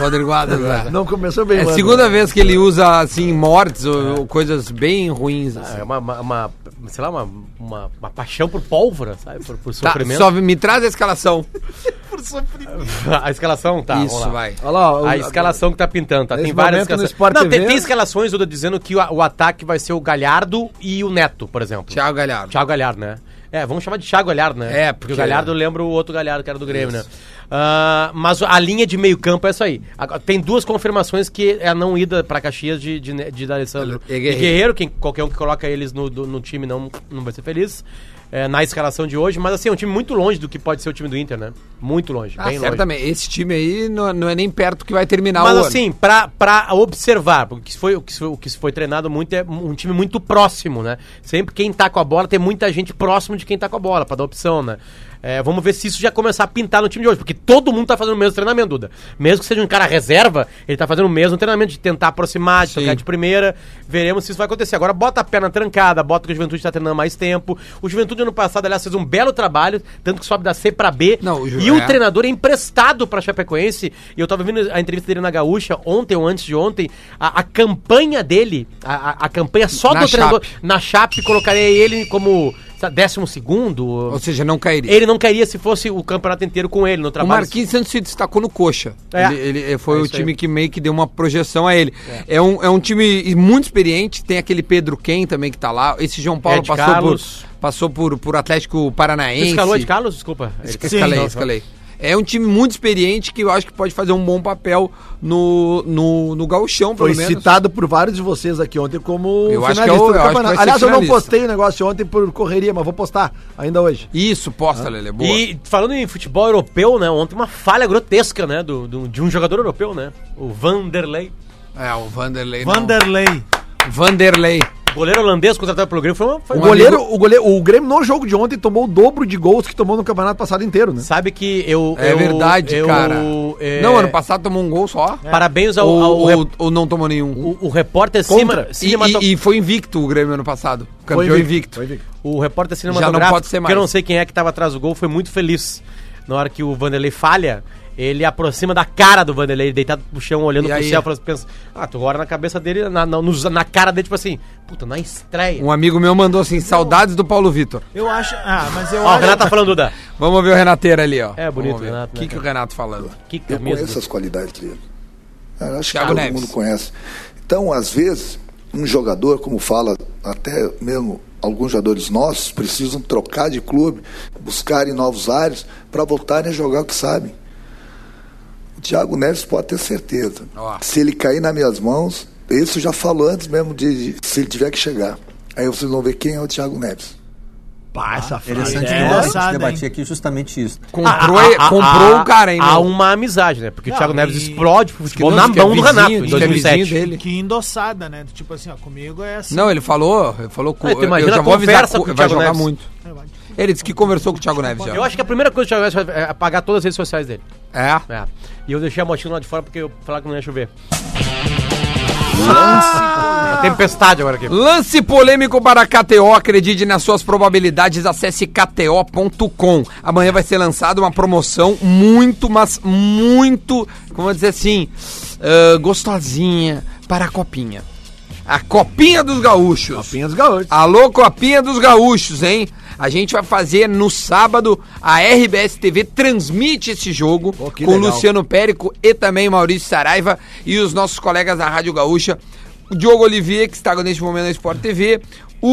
Speaker 2: Rodrigo Adams, né?
Speaker 4: Não começou bem,
Speaker 2: É a
Speaker 4: mano.
Speaker 2: segunda vez que ele usa, assim, mortes ou, ou coisas bem ruins.
Speaker 8: Ah,
Speaker 2: assim.
Speaker 8: É uma, uma, uma- sei lá, uma, uma, uma paixão por pólvora, sabe? Por, por
Speaker 2: Tá,
Speaker 8: sofrimento.
Speaker 2: só me traz a escalação.
Speaker 8: *laughs* A escalação, tá. vamos
Speaker 2: Isso,
Speaker 8: lá.
Speaker 2: vai.
Speaker 4: Olha lá, ó,
Speaker 8: A
Speaker 4: o-
Speaker 8: escalação que tá pintando, tá? Tem
Speaker 4: Nesse
Speaker 8: várias
Speaker 4: momento no
Speaker 8: escalações.
Speaker 4: Sport
Speaker 8: Não, tem,
Speaker 4: TV.
Speaker 8: tem escalações, Duda, dizendo que o, o ataque vai ser o Galhardo e o Neto, por exemplo.
Speaker 2: Thiago Galhardo.
Speaker 8: Thiago Galhardo, né? É, vamos chamar de Thiago Galhardo, né?
Speaker 2: É,
Speaker 8: porque
Speaker 2: porque-
Speaker 8: o Galhardo lembra o outro Galhardo que era do Grêmio, né? Ah, mas a linha de meio campo é essa aí. Agora, tem duas confirmações que é a não ida pra Caxias de, de, de, Alessandro
Speaker 2: E
Speaker 8: e
Speaker 2: Guerreiro.
Speaker 8: Guerreiro. quem, qualquer um que coloca eles no, do- no time não, não vai ser feliz. é, na escalação de hoje, mas assim, é um time muito longe do que pode ser o time do Inter, né? Muito longe,
Speaker 2: Ah,
Speaker 8: bem longe.
Speaker 2: certamente. Esse time aí não, não é nem perto que vai terminar
Speaker 8: Mas
Speaker 2: o ano.
Speaker 8: assim, pra, pra observar, porque o que, se foi, o, que se foi, o que se foi treinado muito é um time muito próximo, né? Sempre quem tá com a bola, tem muita gente próximo de quem tá com a bola, pra dar opção, né? É, vamos ver se isso já começar a pintar no time de hoje, porque todo mundo tá fazendo o mesmo treinamento, Duda. Mesmo que seja um cara reserva, ele tá fazendo o mesmo treinamento de tentar aproximar, de
Speaker 2: Sim.
Speaker 8: tocar de primeira. Veremos se isso vai acontecer. Agora bota a perna trancada, bota que o Juventude tá treinando mais tempo. O Juventude ano passado, aliás, fez um belo trabalho, tanto que sobe da C pra B.
Speaker 2: Não, o Ju-
Speaker 8: e o
Speaker 2: é.
Speaker 8: treinador treinador é emprestado para Chapecoense. E eu tava vendo a entrevista dele na Gaúcha ontem ou antes de ontem. A, a campanha dele, a, a- a campanha só
Speaker 2: Na
Speaker 8: do treinador
Speaker 2: Chape.
Speaker 8: na Chape, colocaria ele como sabe, décimo segundo.
Speaker 2: Ou seja, não cairia.
Speaker 8: Ele não queria se fosse o campeonato inteiro com ele no
Speaker 2: O
Speaker 8: trabalho.
Speaker 2: Marquinhos Santos se destacou no coxa.
Speaker 8: É.
Speaker 2: Ele, ele- eh, foi
Speaker 8: É
Speaker 2: o
Speaker 8: isso
Speaker 2: time
Speaker 8: aí.
Speaker 2: que meio que deu uma projeção a ele. É, um, é um time muito experiente, tem aquele Pedro Ken também que tá lá. Esse João Paulo
Speaker 8: Ed
Speaker 2: passou,
Speaker 8: Carlos.
Speaker 2: por, passou por, por Atlético
Speaker 8: Você
Speaker 2: Paranaense.
Speaker 8: escalou de Carlos? Desculpa.
Speaker 2: Esca- escalei,
Speaker 8: Não,
Speaker 2: escalei. É um time muito experiente que eu acho que pode fazer um bom papel no, no, no gauchão, pelo
Speaker 4: Foi
Speaker 2: menos.
Speaker 4: citado por vários de vocês aqui ontem como
Speaker 2: Eu acho que é o- eu acho que vai ser
Speaker 4: Aliás, eu não
Speaker 2: finalista.
Speaker 4: postei o negócio ontem por correria, mas vou postar ainda hoje.
Speaker 2: Isso, posta, Lele. Boa.
Speaker 8: Ah. E falando em futebol europeu, né? Ontem uma falha grotesca, né? Do, do- de um jogador europeu, né? O Vanderlei.
Speaker 2: É, o Vanderlei. não.
Speaker 3: Vanderlei.
Speaker 2: Vanderlei.
Speaker 8: Goleiro holandês contratado pelo Grêmio foi uma. Foi
Speaker 4: O
Speaker 2: Um
Speaker 8: uma-
Speaker 4: goleiro, o goleiro, o Grêmio no jogo de ontem tomou o dobro de gols que tomou no campeonato passado inteiro, né?
Speaker 8: Sabe que eu.
Speaker 2: É
Speaker 8: eu-
Speaker 2: verdade,
Speaker 8: eu-
Speaker 2: cara.
Speaker 8: é,
Speaker 2: Não, ano passado tomou um gol só.
Speaker 8: Parabéns ao.
Speaker 2: Ou,
Speaker 8: ao
Speaker 2: ou-
Speaker 8: rep-
Speaker 2: ou não tomou nenhum.
Speaker 8: o, o repórter
Speaker 4: Contra.
Speaker 8: cima,
Speaker 2: E-
Speaker 8: cinemato-
Speaker 2: E, e foi invicto o Grêmio ano passado. Campeão invicto.
Speaker 4: Foi invicto.
Speaker 8: O repórter
Speaker 2: Já não
Speaker 8: cinematográfico,
Speaker 2: pode ser
Speaker 8: que eu não
Speaker 2: mais.
Speaker 8: sei quem é que estava atrás do gol, foi muito feliz. Na hora que o Vanderlei falha, ele aproxima da cara do Vanderlei, deitado pro chão, olhando
Speaker 2: E
Speaker 8: pro
Speaker 2: aí?
Speaker 8: céu, falando, pensa, ah, tu ora na cabeça dele, na, na, nos- na cara dele, tipo assim, puta, na estreia.
Speaker 2: Um amigo meu mandou assim, saudades do Paulo Vitor.
Speaker 3: Eu acho. Ah, mas eu
Speaker 8: Ó, o
Speaker 3: acho.
Speaker 8: Renato tá falando, Duda.
Speaker 2: Vamos ver o Renateiro ali, ó.
Speaker 8: É, bonito
Speaker 2: Vamos ver.
Speaker 8: o Renato,
Speaker 2: O
Speaker 8: né,
Speaker 2: que, que o
Speaker 8: cara? Ah,
Speaker 2: Renato falando?
Speaker 8: Que
Speaker 9: Eu
Speaker 8: camisa.
Speaker 9: conheço as qualidades dele. Eu acho
Speaker 2: Thiago
Speaker 9: que todo
Speaker 2: Neves.
Speaker 9: mundo conhece. Então, às vezes, um jogador, como fala até mesmo alguns jogadores nossos, precisam trocar de clube, buscarem novos ares para voltarem a jogar o que sabem. O Thiago Neves pode ter certeza.
Speaker 2: Ó.
Speaker 9: Se ele cair nas minhas mãos, isso eu já falo antes mesmo de, de- se ele tiver que chegar. Aí vocês vão ver quem é o Thiago Neves.
Speaker 3: Interessante
Speaker 5: que nós
Speaker 3: engraçado,
Speaker 5: debati
Speaker 3: hein?
Speaker 5: aqui justamente isso.
Speaker 2: Comprou, comprou o cara, hein?
Speaker 8: ah, Há um
Speaker 2: meu?
Speaker 8: uma amizade, né? Porque
Speaker 3: Não,
Speaker 8: o Thiago
Speaker 3: e-
Speaker 8: Neves explode pro futebol
Speaker 2: Que
Speaker 8: na
Speaker 2: não, que é
Speaker 8: mão do
Speaker 2: vizinho,
Speaker 8: Renato,
Speaker 2: que
Speaker 8: em
Speaker 2: é vizinho
Speaker 8: 2007.
Speaker 2: dele.
Speaker 3: Que endossada, né? Tipo assim, ó, comigo é assim.
Speaker 2: Não, ele falou, ele falou com
Speaker 8: Ah, tu imagina a conversa
Speaker 2: co-
Speaker 8: com o
Speaker 2: vai
Speaker 8: Thiago
Speaker 2: jogar
Speaker 8: Neves.
Speaker 2: muito. Ele disse que conversou com o Thiago Neves já.
Speaker 8: Eu acho que a primeira coisa que o Thiago Neves vai é apagar todas as redes sociais dele.
Speaker 2: É.
Speaker 8: É. E eu deixei a mochila lá de fora porque eu falava que não ia chover. Uma tempestade agora aqui.
Speaker 2: Lance polêmico para a KTO. Acredite nas suas probabilidades. Acesse KTO.com. Amanhã vai ser lançada uma promoção muito, mas muito, como eu dizer assim, ah, gostosinha para a Copinha. A Copinha dos Gaúchos.
Speaker 4: Copinha dos Gaúchos.
Speaker 2: Alô, Copinha dos Gaúchos, hein? A gente vai fazer no sábado, a RBS TV transmite esse jogo
Speaker 4: Pô, que
Speaker 2: com
Speaker 4: legal.
Speaker 2: Luciano Périco e também Maurício Saraiva e os nossos colegas da Rádio Gaúcha, o Diogo Olivier, que está neste momento na Sport TV, o,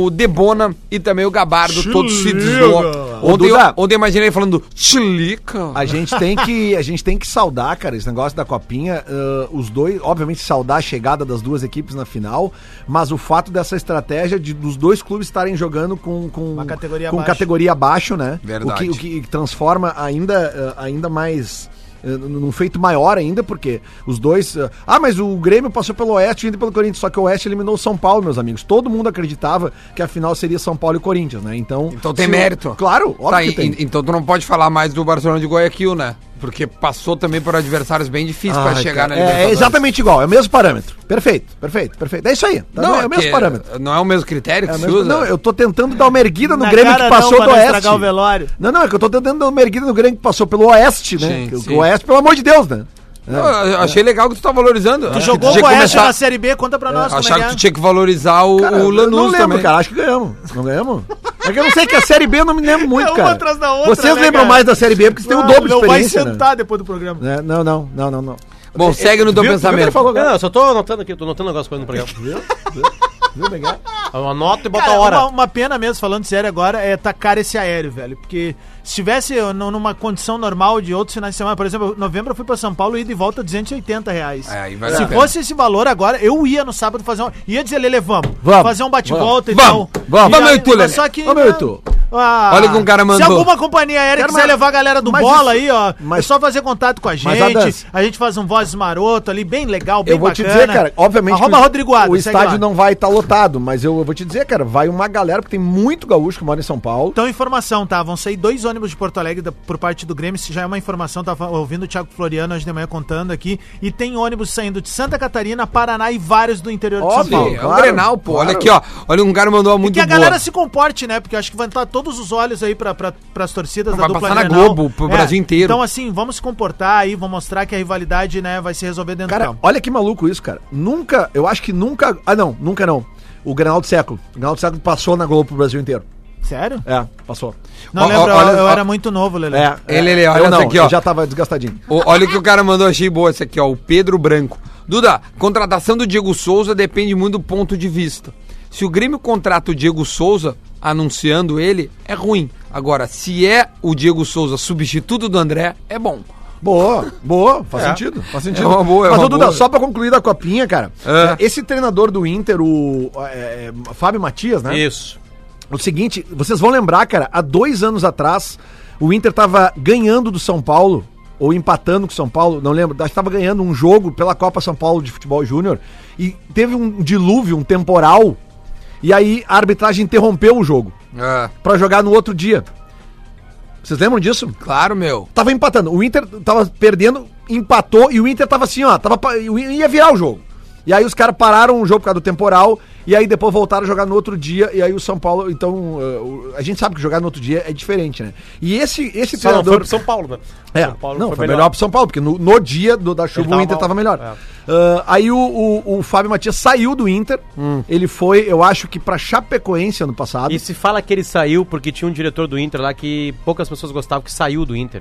Speaker 2: o, o Debona e também o Gabardo, todos se deslocam.
Speaker 4: Ô,
Speaker 2: Ontem, eu-
Speaker 4: Duda.
Speaker 2: ontem eu imaginei ele falando, chilica. Tá
Speaker 4: A gente tem que a gente tem que saudar, cara, esse negócio da copinha, ãh, os dois, obviamente saudar a chegada das duas equipes na final, mas o fato dessa estratégia de dos dois clubes estarem jogando com com
Speaker 3: Uma categoria
Speaker 4: com
Speaker 3: abaixo.
Speaker 4: categoria abaixo, né?
Speaker 2: Verdade.
Speaker 4: O que, o que transforma ainda ãh, ainda mais ãh, num feito maior ainda, porque os dois. ãh, Ah, mas o Grêmio passou pelo Oeste e ainda pelo Corinthians, só que o Oeste eliminou o São Paulo, meus amigos. Todo mundo acreditava que a final seria São Paulo e Corinthians, né? Então.
Speaker 2: Então tem
Speaker 4: se o-
Speaker 2: mérito.
Speaker 4: Claro, óbvio
Speaker 2: Tá,
Speaker 4: que
Speaker 2: e-
Speaker 4: tem.
Speaker 2: e- então tu não pode falar mais do Barcelona de Guayaquil, né? Porque passou também por adversários bem difíceis para
Speaker 4: Ai,
Speaker 2: chegar na
Speaker 4: cara, é, é
Speaker 2: Libertadores.
Speaker 4: exatamente igual, é o mesmo parâmetro. Perfeito, perfeito, perfeito. É isso aí. tá? é o mesmo
Speaker 2: que
Speaker 4: parâmetro.
Speaker 2: Não é o mesmo critério
Speaker 4: É
Speaker 2: que
Speaker 4: o
Speaker 2: se
Speaker 4: mesmo-
Speaker 2: usa?
Speaker 4: não, eu tô tentando dar uma erguida no
Speaker 3: Na
Speaker 4: Grêmio
Speaker 3: cara
Speaker 4: que
Speaker 3: não,
Speaker 4: passou
Speaker 3: pra
Speaker 4: do
Speaker 3: não
Speaker 4: Oeste.
Speaker 3: estragar o velório.
Speaker 4: Não, não, é que eu tô tentando dar uma erguida no Grêmio que passou pelo Oeste, né?
Speaker 2: Sim,
Speaker 4: Que o-
Speaker 2: sim.
Speaker 4: O Oeste, pelo amor de Deus, né?
Speaker 2: Não, eu- eu achei legal que tu tá valorizando.
Speaker 3: Tu jogou
Speaker 2: tinha
Speaker 3: o
Speaker 2: que
Speaker 3: Oeste
Speaker 2: começar-
Speaker 3: na Série B, conta pra nós como
Speaker 2: Achar que
Speaker 3: é
Speaker 2: tu tinha que valorizar o,
Speaker 4: Cara,
Speaker 2: o
Speaker 4: eu
Speaker 2: Lanús
Speaker 4: não lembro,
Speaker 2: também.
Speaker 4: cara. Acho que ganhamos. Não ganhamos? É que eu não sei que a Série B eu não
Speaker 3: *laughs*
Speaker 4: me lembro muito,
Speaker 3: É uma
Speaker 4: cara.
Speaker 3: atrás da outra,
Speaker 4: Vocês
Speaker 3: né,
Speaker 4: lembram
Speaker 3: cara?
Speaker 4: mais da Série B porque vocês têm o um dobro de
Speaker 3: Não vai
Speaker 4: experiência. né?
Speaker 3: Ah, sentar depois do programa.
Speaker 4: Né? Não, não, não, não, não.
Speaker 2: Bom, segue no teu
Speaker 4: Viu? Viu o que ele
Speaker 2: pensamento.
Speaker 4: falou
Speaker 8: Não,
Speaker 4: agora?
Speaker 8: não, eu só tô anotando aqui, eu tô anotando um algumas
Speaker 4: *laughs*
Speaker 8: coisas no programa.
Speaker 4: Viu, legal?
Speaker 8: Eu anoto e boto
Speaker 3: Cara, é um
Speaker 8: a hora.
Speaker 3: Uma, uma pena mesmo, falando sério agora, é tacar esse aéreo, velho. Porque se tivesse eu, nu- numa condição normal de outros finais de semana, por exemplo, em novembro eu fui pra São Paulo e ida e volta 280 reais.
Speaker 2: É, aí vale
Speaker 3: se
Speaker 2: a pena.
Speaker 3: fosse esse valor agora, eu ia no sábado fazer um. Ia dizer, Lele, vamos.
Speaker 4: Vamos,
Speaker 3: fazer um bate-volta e
Speaker 2: vamos,
Speaker 3: tal.
Speaker 2: vamos.
Speaker 3: E
Speaker 2: Vamos,
Speaker 3: aí,
Speaker 2: Itu,
Speaker 3: mas
Speaker 2: Lele.
Speaker 3: Só que.
Speaker 4: Vamos,
Speaker 3: né,
Speaker 4: Itu.
Speaker 3: ah,
Speaker 2: Olha o que um cara mandou.
Speaker 3: Se alguma companhia aérea
Speaker 4: Cara,
Speaker 3: quiser
Speaker 4: mas-
Speaker 3: levar a galera do
Speaker 4: mas
Speaker 3: bola
Speaker 4: isso-
Speaker 3: aí, ó,
Speaker 4: mas-
Speaker 3: é só fazer contato com a
Speaker 4: Mas a
Speaker 3: gente.
Speaker 4: dança.
Speaker 3: A gente faz um voz maroto ali, bem legal, bem
Speaker 4: eu vou
Speaker 3: bacana.
Speaker 4: te dizer, cara, obviamente
Speaker 3: Arroba
Speaker 4: que o-
Speaker 3: Rodrigo Adams,
Speaker 4: o
Speaker 3: segue lá.
Speaker 4: estádio não vai estar lotado, mas eu, eu vou te dizer, cara, vai uma galera, porque tem muito gaúcho que mora em São Paulo.
Speaker 3: Então, informação, tá? Vão sair dois ônibus de Porto Alegre da- por parte do Grêmio. Isso já é uma informação, tava ouvindo o Thiago Floriano hoje de manhã contando aqui. E tem ônibus saindo de Santa Catarina, Paraná e vários do interior de
Speaker 4: Óbvio,
Speaker 3: São
Speaker 2: Sim,
Speaker 3: Paulo.
Speaker 2: é um
Speaker 4: assim, Claro,
Speaker 2: Grenal, pô. Olha
Speaker 4: claro.
Speaker 2: aqui, ó. Olha, um cara mandou uma
Speaker 3: E
Speaker 2: muito
Speaker 3: que a
Speaker 2: boa.
Speaker 3: galera se comporte, né? Porque eu acho que vai estar todos os olhos aí pra, pra, pras torcidas
Speaker 2: Vai passar na Globo, pro Brasil inteiro.
Speaker 3: Então, assim, vamos se comportar aí, vamos mostrar que a rivalidade, né, vai se resolver dentro do
Speaker 4: Cara,
Speaker 3: campo.
Speaker 4: olha que maluco isso, cara. Nunca, eu acho que nunca. Ah, não, nunca não. O Granal do Século. O Granal do Século passou na Globo pro Brasil inteiro.
Speaker 3: Sério?
Speaker 4: É, passou.
Speaker 3: Não
Speaker 2: Ó,
Speaker 3: lembro,
Speaker 2: ó, olha-
Speaker 3: eu, eu
Speaker 2: ó.
Speaker 3: era muito novo, Lelê.
Speaker 4: É, é.
Speaker 2: Ele, ele, olha
Speaker 4: eu
Speaker 2: essa
Speaker 4: não,
Speaker 2: aqui, ó.
Speaker 4: Eu já tava desgastadinho.
Speaker 2: O- olha o que o cara mandou, achei boa esse aqui, ó. O Pedro Branco. Duda, contratação do Diego Souza depende muito do ponto de vista. Se o Grêmio contrata o Diego Souza, anunciando ele, é ruim. Agora, se é o Diego Souza substituto do André, é bom.
Speaker 4: Boa, boa, faz sentido, faz sentido.
Speaker 2: É uma boa, é
Speaker 4: Mas,
Speaker 2: uma
Speaker 4: ô, Duda,
Speaker 2: boa.
Speaker 4: só pra concluir da copinha, cara,
Speaker 2: É.
Speaker 4: esse treinador do Inter, o é, é, Fábio Matias, né?
Speaker 8: Isso.
Speaker 4: O seguinte, vocês vão lembrar, cara, há dois anos atrás, o Inter tava ganhando do São Paulo. ou empatando com o São Paulo, não lembro, acho que estava ganhando um jogo pela Copa São Paulo de Futebol Júnior e teve um dilúvio, um temporal, e aí a arbitragem interrompeu o jogo
Speaker 2: Ah,
Speaker 4: pra jogar no outro dia. Vocês lembram disso?
Speaker 2: claro, meu.
Speaker 4: Tava empatando. O Inter tava perdendo, empatou e o Inter tava assim, ó. Tava, pa- ia virar o jogo. E aí os caras pararam o jogo por causa do temporal. E aí depois voltaram a jogar no outro dia. E aí o São Paulo. Então, eh, o- a gente sabe que jogar no outro dia é diferente, né? E esse, esse
Speaker 8: Só não foi
Speaker 4: treinador.
Speaker 8: pro São Paulo, né?
Speaker 4: É,
Speaker 8: São Paulo
Speaker 4: não, foi, melhor pro São Paulo, porque no, no dia do- da chuva
Speaker 8: tava
Speaker 4: o Inter
Speaker 8: mal.
Speaker 4: tava melhor.
Speaker 8: É.
Speaker 4: Ah, aí o, o, o Fábio Matias saiu do Inter. Ele foi, eu acho que pra Chapecoense ano passado.
Speaker 8: Hum. E se fala que ele saiu porque tinha um diretor do Inter lá que poucas pessoas gostavam que saiu do Inter.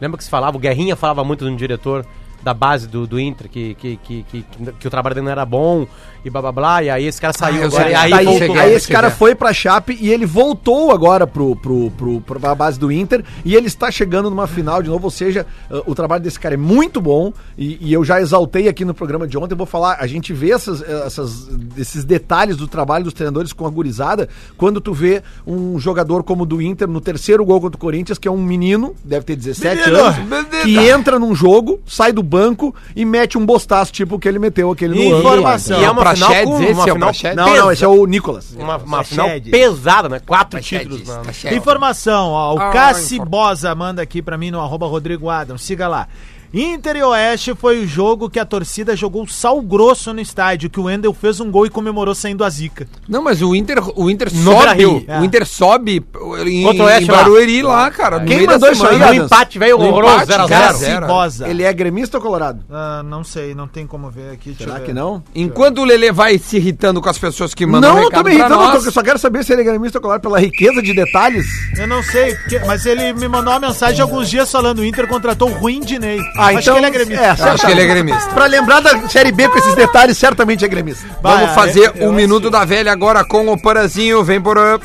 Speaker 8: Lembra que se falava, o Guerrinha falava muito de um diretor da base do, do Inter, que, que, que, que, que o trabalho dele não era bom e blá blá blá, e aí esse cara saiu
Speaker 2: eu
Speaker 8: agora,
Speaker 2: sei,
Speaker 8: e aí
Speaker 2: tá
Speaker 4: Daí,
Speaker 2: voltou,
Speaker 4: aí
Speaker 2: né,
Speaker 4: esse
Speaker 2: se
Speaker 4: cara
Speaker 2: tiver.
Speaker 4: foi pra Chape e ele voltou agora pro, pro, pro, pro- pra base do Inter e ele está chegando numa final de novo, ou seja, uh, o trabalho desse cara é muito bom e, e eu já exaltei aqui no programa de ontem, eu vou falar, a gente vê essas, eh, essas- esses detalhes do trabalho dos treinadores com a gurizada quando tu vê um jogador como o do Inter no terceiro gol contra o Corinthians, que é um menino, deve ter 17
Speaker 2: Menino!
Speaker 4: anos, que entra num jogo, sai do banco e mete um bostaço tipo o que ele meteu aquele no ano.
Speaker 3: Informação.
Speaker 8: E é uma final
Speaker 2: Praxedes,
Speaker 8: com
Speaker 2: esse
Speaker 8: uma
Speaker 2: é o
Speaker 8: final
Speaker 2: Praxedes?
Speaker 4: Não, não, esse é o Nicolas.
Speaker 8: uma, uma
Speaker 3: Tá
Speaker 8: final
Speaker 3: shed.
Speaker 8: pesada, né? Quatro títulos.
Speaker 2: Tá
Speaker 8: mano.
Speaker 2: cheio.
Speaker 3: Informação, ó. O
Speaker 2: Ah,
Speaker 3: Cassi
Speaker 2: informa-
Speaker 3: Bosa manda aqui pra mim no arroba Rodrigo Adam. Siga lá. Inter e Oeste foi o jogo que a torcida jogou sal grosso no estádio, que o Wendel fez um gol e comemorou saindo a zica.
Speaker 2: Não, mas o Inter, o Inter
Speaker 8: Beira
Speaker 2: sobe.
Speaker 8: Rio.
Speaker 2: O Inter sobe em,
Speaker 8: Contra o Oeste
Speaker 2: em
Speaker 8: lá.
Speaker 2: Barueri lá, cara. no
Speaker 4: Quem
Speaker 2: meio da
Speaker 4: mandou isso aí,
Speaker 2: semana.
Speaker 4: Adams?
Speaker 8: Um empate, velho,
Speaker 2: No
Speaker 8: horroroso,
Speaker 2: empate,
Speaker 8: 0 a
Speaker 2: cara,
Speaker 8: 0
Speaker 2: zero.
Speaker 3: Cassi Bosa.
Speaker 4: Ele é gremista ou colorado?
Speaker 3: Ah, não sei, não tem como ver aqui. deixa eu
Speaker 4: Será
Speaker 3: ver.
Speaker 4: que não?
Speaker 2: Enquanto o Lelê vai se irritando com as pessoas que mandam
Speaker 4: não, não tô
Speaker 2: recado
Speaker 4: me
Speaker 2: pra
Speaker 4: irritando, eu
Speaker 2: nós...
Speaker 4: tô- eu só quero saber se ele é gremista ou colorado pela riqueza de detalhes.
Speaker 3: Eu não sei, porque- mas ele me mandou uma mensagem alguns dias falando o Inter contratou o ruim Dinei.
Speaker 4: Ah, então-
Speaker 3: que ele é gremista.
Speaker 4: é,
Speaker 2: Eu acho que ele é gremista.
Speaker 4: Pra lembrar da Série B com esses detalhes, certamente é gremista.
Speaker 3: Vai,
Speaker 2: Vamos fazer o Minuto da Velha agora com o Porazinho. Vem, Porã.